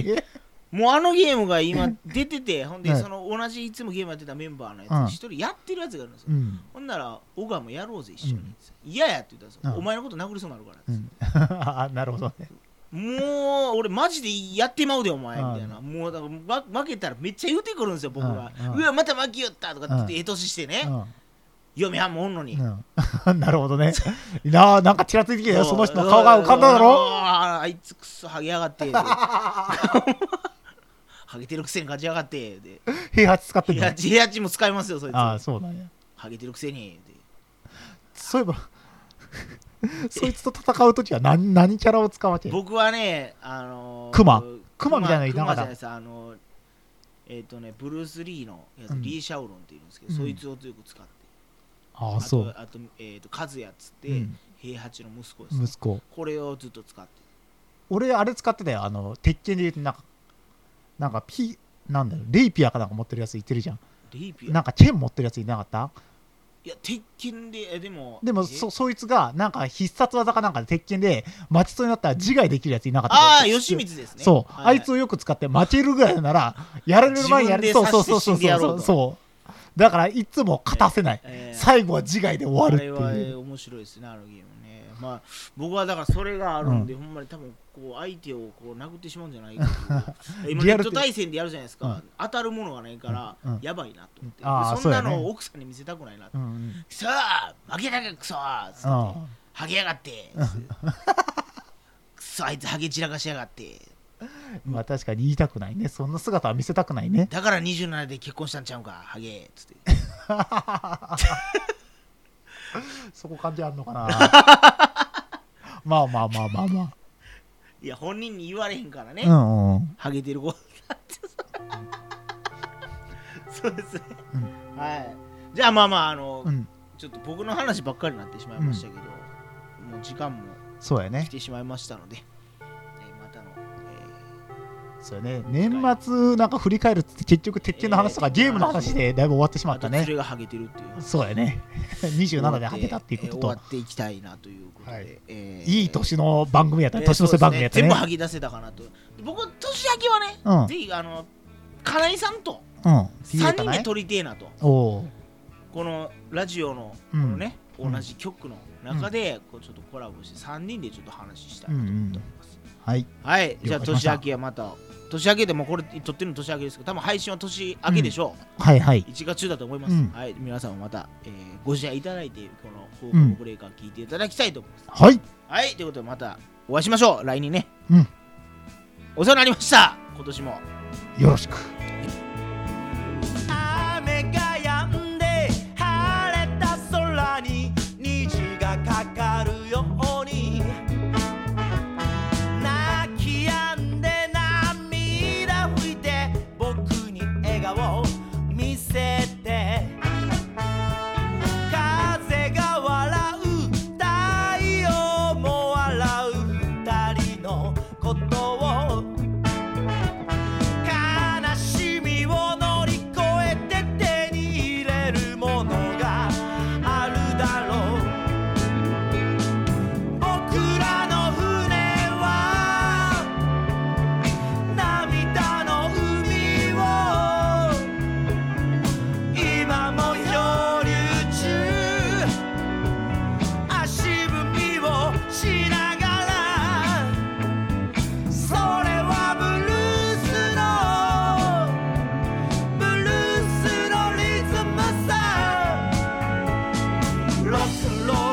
[SPEAKER 2] もうあのゲーム が今出ててほんで
[SPEAKER 1] はい
[SPEAKER 2] その同じいつもゲームやってたメンバーの
[SPEAKER 1] うん
[SPEAKER 2] やつ一人やってるやつがあるんですよ
[SPEAKER 1] うん、
[SPEAKER 2] ほんなら小川もやろうぜ一緒
[SPEAKER 1] う
[SPEAKER 2] に
[SPEAKER 1] ん
[SPEAKER 2] 嫌やって言ったんです
[SPEAKER 1] うん
[SPEAKER 2] よお前のこと殴りそうになるからっつって
[SPEAKER 1] うん、 あなるほどね
[SPEAKER 2] もう俺マジでやってまうでお前みたいな、もうだからま負けたらめっちゃ言うてくるんですよ僕が、
[SPEAKER 1] うん
[SPEAKER 2] う
[SPEAKER 1] うん
[SPEAKER 2] わまた負けよったとかって言ってええ年してね、嫁はんもおんのに、
[SPEAKER 1] うん、 なるほどね。なあ、なんかちらついてきたよ、
[SPEAKER 2] う
[SPEAKER 1] その人の顔が浮かんだだ
[SPEAKER 2] う
[SPEAKER 1] ろ。
[SPEAKER 2] わあいつクソハゲやが ってでハゲてるくせに勝ちやがってで
[SPEAKER 1] 平八使ってん
[SPEAKER 2] ヘ
[SPEAKER 1] の
[SPEAKER 2] ア。チヘアチも使いますよそいつ
[SPEAKER 1] ああ、
[SPEAKER 2] ハ
[SPEAKER 1] そうだね。
[SPEAKER 2] ゲてるくせにで
[SPEAKER 1] そういえば、 そいつと戦うときは何何キャラを使うわけ
[SPEAKER 2] 僕はねあのー、
[SPEAKER 1] クマクマみたいなのい
[SPEAKER 2] ク
[SPEAKER 1] なか
[SPEAKER 2] マじゃ
[SPEAKER 1] っ
[SPEAKER 2] な
[SPEAKER 1] た
[SPEAKER 2] いですあのーえっ、とねブルース・リーのやつ、
[SPEAKER 1] うん
[SPEAKER 2] リー・シャオロンっていうんですけど、
[SPEAKER 1] うん
[SPEAKER 2] そいつを強く使って
[SPEAKER 1] あ
[SPEAKER 2] あ
[SPEAKER 1] あ、
[SPEAKER 2] と
[SPEAKER 1] そう。
[SPEAKER 2] あと,、えー、とカズヤっつって、
[SPEAKER 1] うん
[SPEAKER 2] 平八の息子です、
[SPEAKER 1] 息子。
[SPEAKER 2] これをずっと使って
[SPEAKER 1] 俺、あれ使ってたよ。あの、鉄拳で言うと、なんか、なんか、ピ、なんだろう、レイピアかなんか持ってるやついてるじゃん。
[SPEAKER 2] レイピア
[SPEAKER 1] なんか、剣持ってるやついなかった
[SPEAKER 2] いや鉄拳でえでも
[SPEAKER 1] で
[SPEAKER 2] え
[SPEAKER 1] も、そ、そいつが、なんか、必殺技かなんかで鉄拳で、待ちそうになったら自害できるやついなかった
[SPEAKER 2] ああ吉光ですね
[SPEAKER 1] そう、
[SPEAKER 2] は
[SPEAKER 1] あいつをよく使って負けるぐらいならやられる前にやる
[SPEAKER 2] 自
[SPEAKER 1] そう
[SPEAKER 2] 分
[SPEAKER 1] そう
[SPEAKER 2] で刺
[SPEAKER 1] そう
[SPEAKER 2] して
[SPEAKER 1] そう
[SPEAKER 2] 死
[SPEAKER 1] ん
[SPEAKER 2] でや
[SPEAKER 1] そ
[SPEAKER 2] ろう
[SPEAKER 1] う
[SPEAKER 2] と
[SPEAKER 1] そうだからいつも勝たせない、
[SPEAKER 2] えー
[SPEAKER 1] 最後は自害で終わる
[SPEAKER 2] あ
[SPEAKER 1] って
[SPEAKER 2] れ
[SPEAKER 1] いう、
[SPEAKER 2] は面白いですねあのゲームねまあ僕はだからそれがあるんで、ほんまに多分こう相手をこう殴ってしまうんじゃないかという今
[SPEAKER 1] リ
[SPEAKER 2] ネ
[SPEAKER 1] アル
[SPEAKER 2] ッ
[SPEAKER 1] って
[SPEAKER 2] ト対戦でやるじゃないですか、
[SPEAKER 1] うん
[SPEAKER 2] 当たるものがないから、
[SPEAKER 1] うんうん
[SPEAKER 2] やばいなと思って、
[SPEAKER 1] あー
[SPEAKER 2] そんな
[SPEAKER 1] そうや
[SPEAKER 2] の
[SPEAKER 1] ね
[SPEAKER 2] を奥さんに見せたくないなと、
[SPEAKER 1] うんうん
[SPEAKER 2] さあ負けたかクソーっつって
[SPEAKER 1] うん
[SPEAKER 2] ハゲやがって クソあいつハゲ散らかしやがって
[SPEAKER 1] まあ確かに言いたくないねそんな姿は見せたくないね
[SPEAKER 2] だから27で結婚したんちゃうんかハゲっつって
[SPEAKER 1] そこ感じあんの かなまあまあまあまあま
[SPEAKER 2] いや本人に言われへんからね、
[SPEAKER 1] あうんうん
[SPEAKER 2] ハゲてる子だってさそうですね、
[SPEAKER 1] うん
[SPEAKER 2] はいじゃあまあまああの、
[SPEAKER 1] うん
[SPEAKER 2] ちょっと僕の話ばっかりになってしまいましたけど、もう時間も
[SPEAKER 1] そうや
[SPEAKER 2] 来
[SPEAKER 1] ね
[SPEAKER 2] てしまいましたので、えーまたの、
[SPEAKER 1] そうやね年末なんか振り返るっつって結局鉄拳の話とか、
[SPEAKER 2] えー
[SPEAKER 1] ゲームの話でだいぶ終わってし
[SPEAKER 2] えー、
[SPEAKER 1] ま
[SPEAKER 2] あ
[SPEAKER 1] っ
[SPEAKER 2] と
[SPEAKER 1] た
[SPEAKER 2] 連
[SPEAKER 1] ね
[SPEAKER 2] れがハゲてるっていう
[SPEAKER 1] そうやね27ではけたっていうことと
[SPEAKER 2] 終わっていきたいなということで、
[SPEAKER 1] はい
[SPEAKER 2] えー
[SPEAKER 1] いい年の番組やったね、
[SPEAKER 2] えー
[SPEAKER 1] 年の瀬番組やったね。
[SPEAKER 2] そうです全部吐き出せたかなと僕年明けはね、
[SPEAKER 1] うん
[SPEAKER 2] ぜひあの金井さんと
[SPEAKER 1] うん、
[SPEAKER 2] 3人
[SPEAKER 1] ね
[SPEAKER 2] で撮りてえなと
[SPEAKER 1] おお
[SPEAKER 2] このラジオのこ
[SPEAKER 1] うん
[SPEAKER 2] のね、
[SPEAKER 1] うん
[SPEAKER 2] 同じ局の中でこうちょっとコラボして3人でちょっと話したいなと思っております、
[SPEAKER 1] ー、はい、
[SPEAKER 2] はいじゃあ
[SPEAKER 1] 了解しまし
[SPEAKER 2] 年
[SPEAKER 1] た
[SPEAKER 2] 明けはまた年明けでもうこれ撮ってるの年明けですけど多分配信は年明けでしょ、、
[SPEAKER 1] はい、はいう
[SPEAKER 2] 1月中だと思います、
[SPEAKER 1] うん
[SPEAKER 2] はい皆さんもまた、えーご支援いただいてこの「放
[SPEAKER 1] う
[SPEAKER 2] 課
[SPEAKER 1] ん
[SPEAKER 2] 後ブレイカー」聞いていただきたいと思います、
[SPEAKER 1] はい、
[SPEAKER 2] はいということでまたお会いしましょう来年ね
[SPEAKER 1] うん
[SPEAKER 2] お世話になりました今年も
[SPEAKER 1] よろしく。
[SPEAKER 3] 雨が止んで晴れた空に虹がかかるように泣き止んで涙拭いて僕に笑顔を見せて風が笑う太陽も笑う二人のことを悲しロスロ Oh, Oh,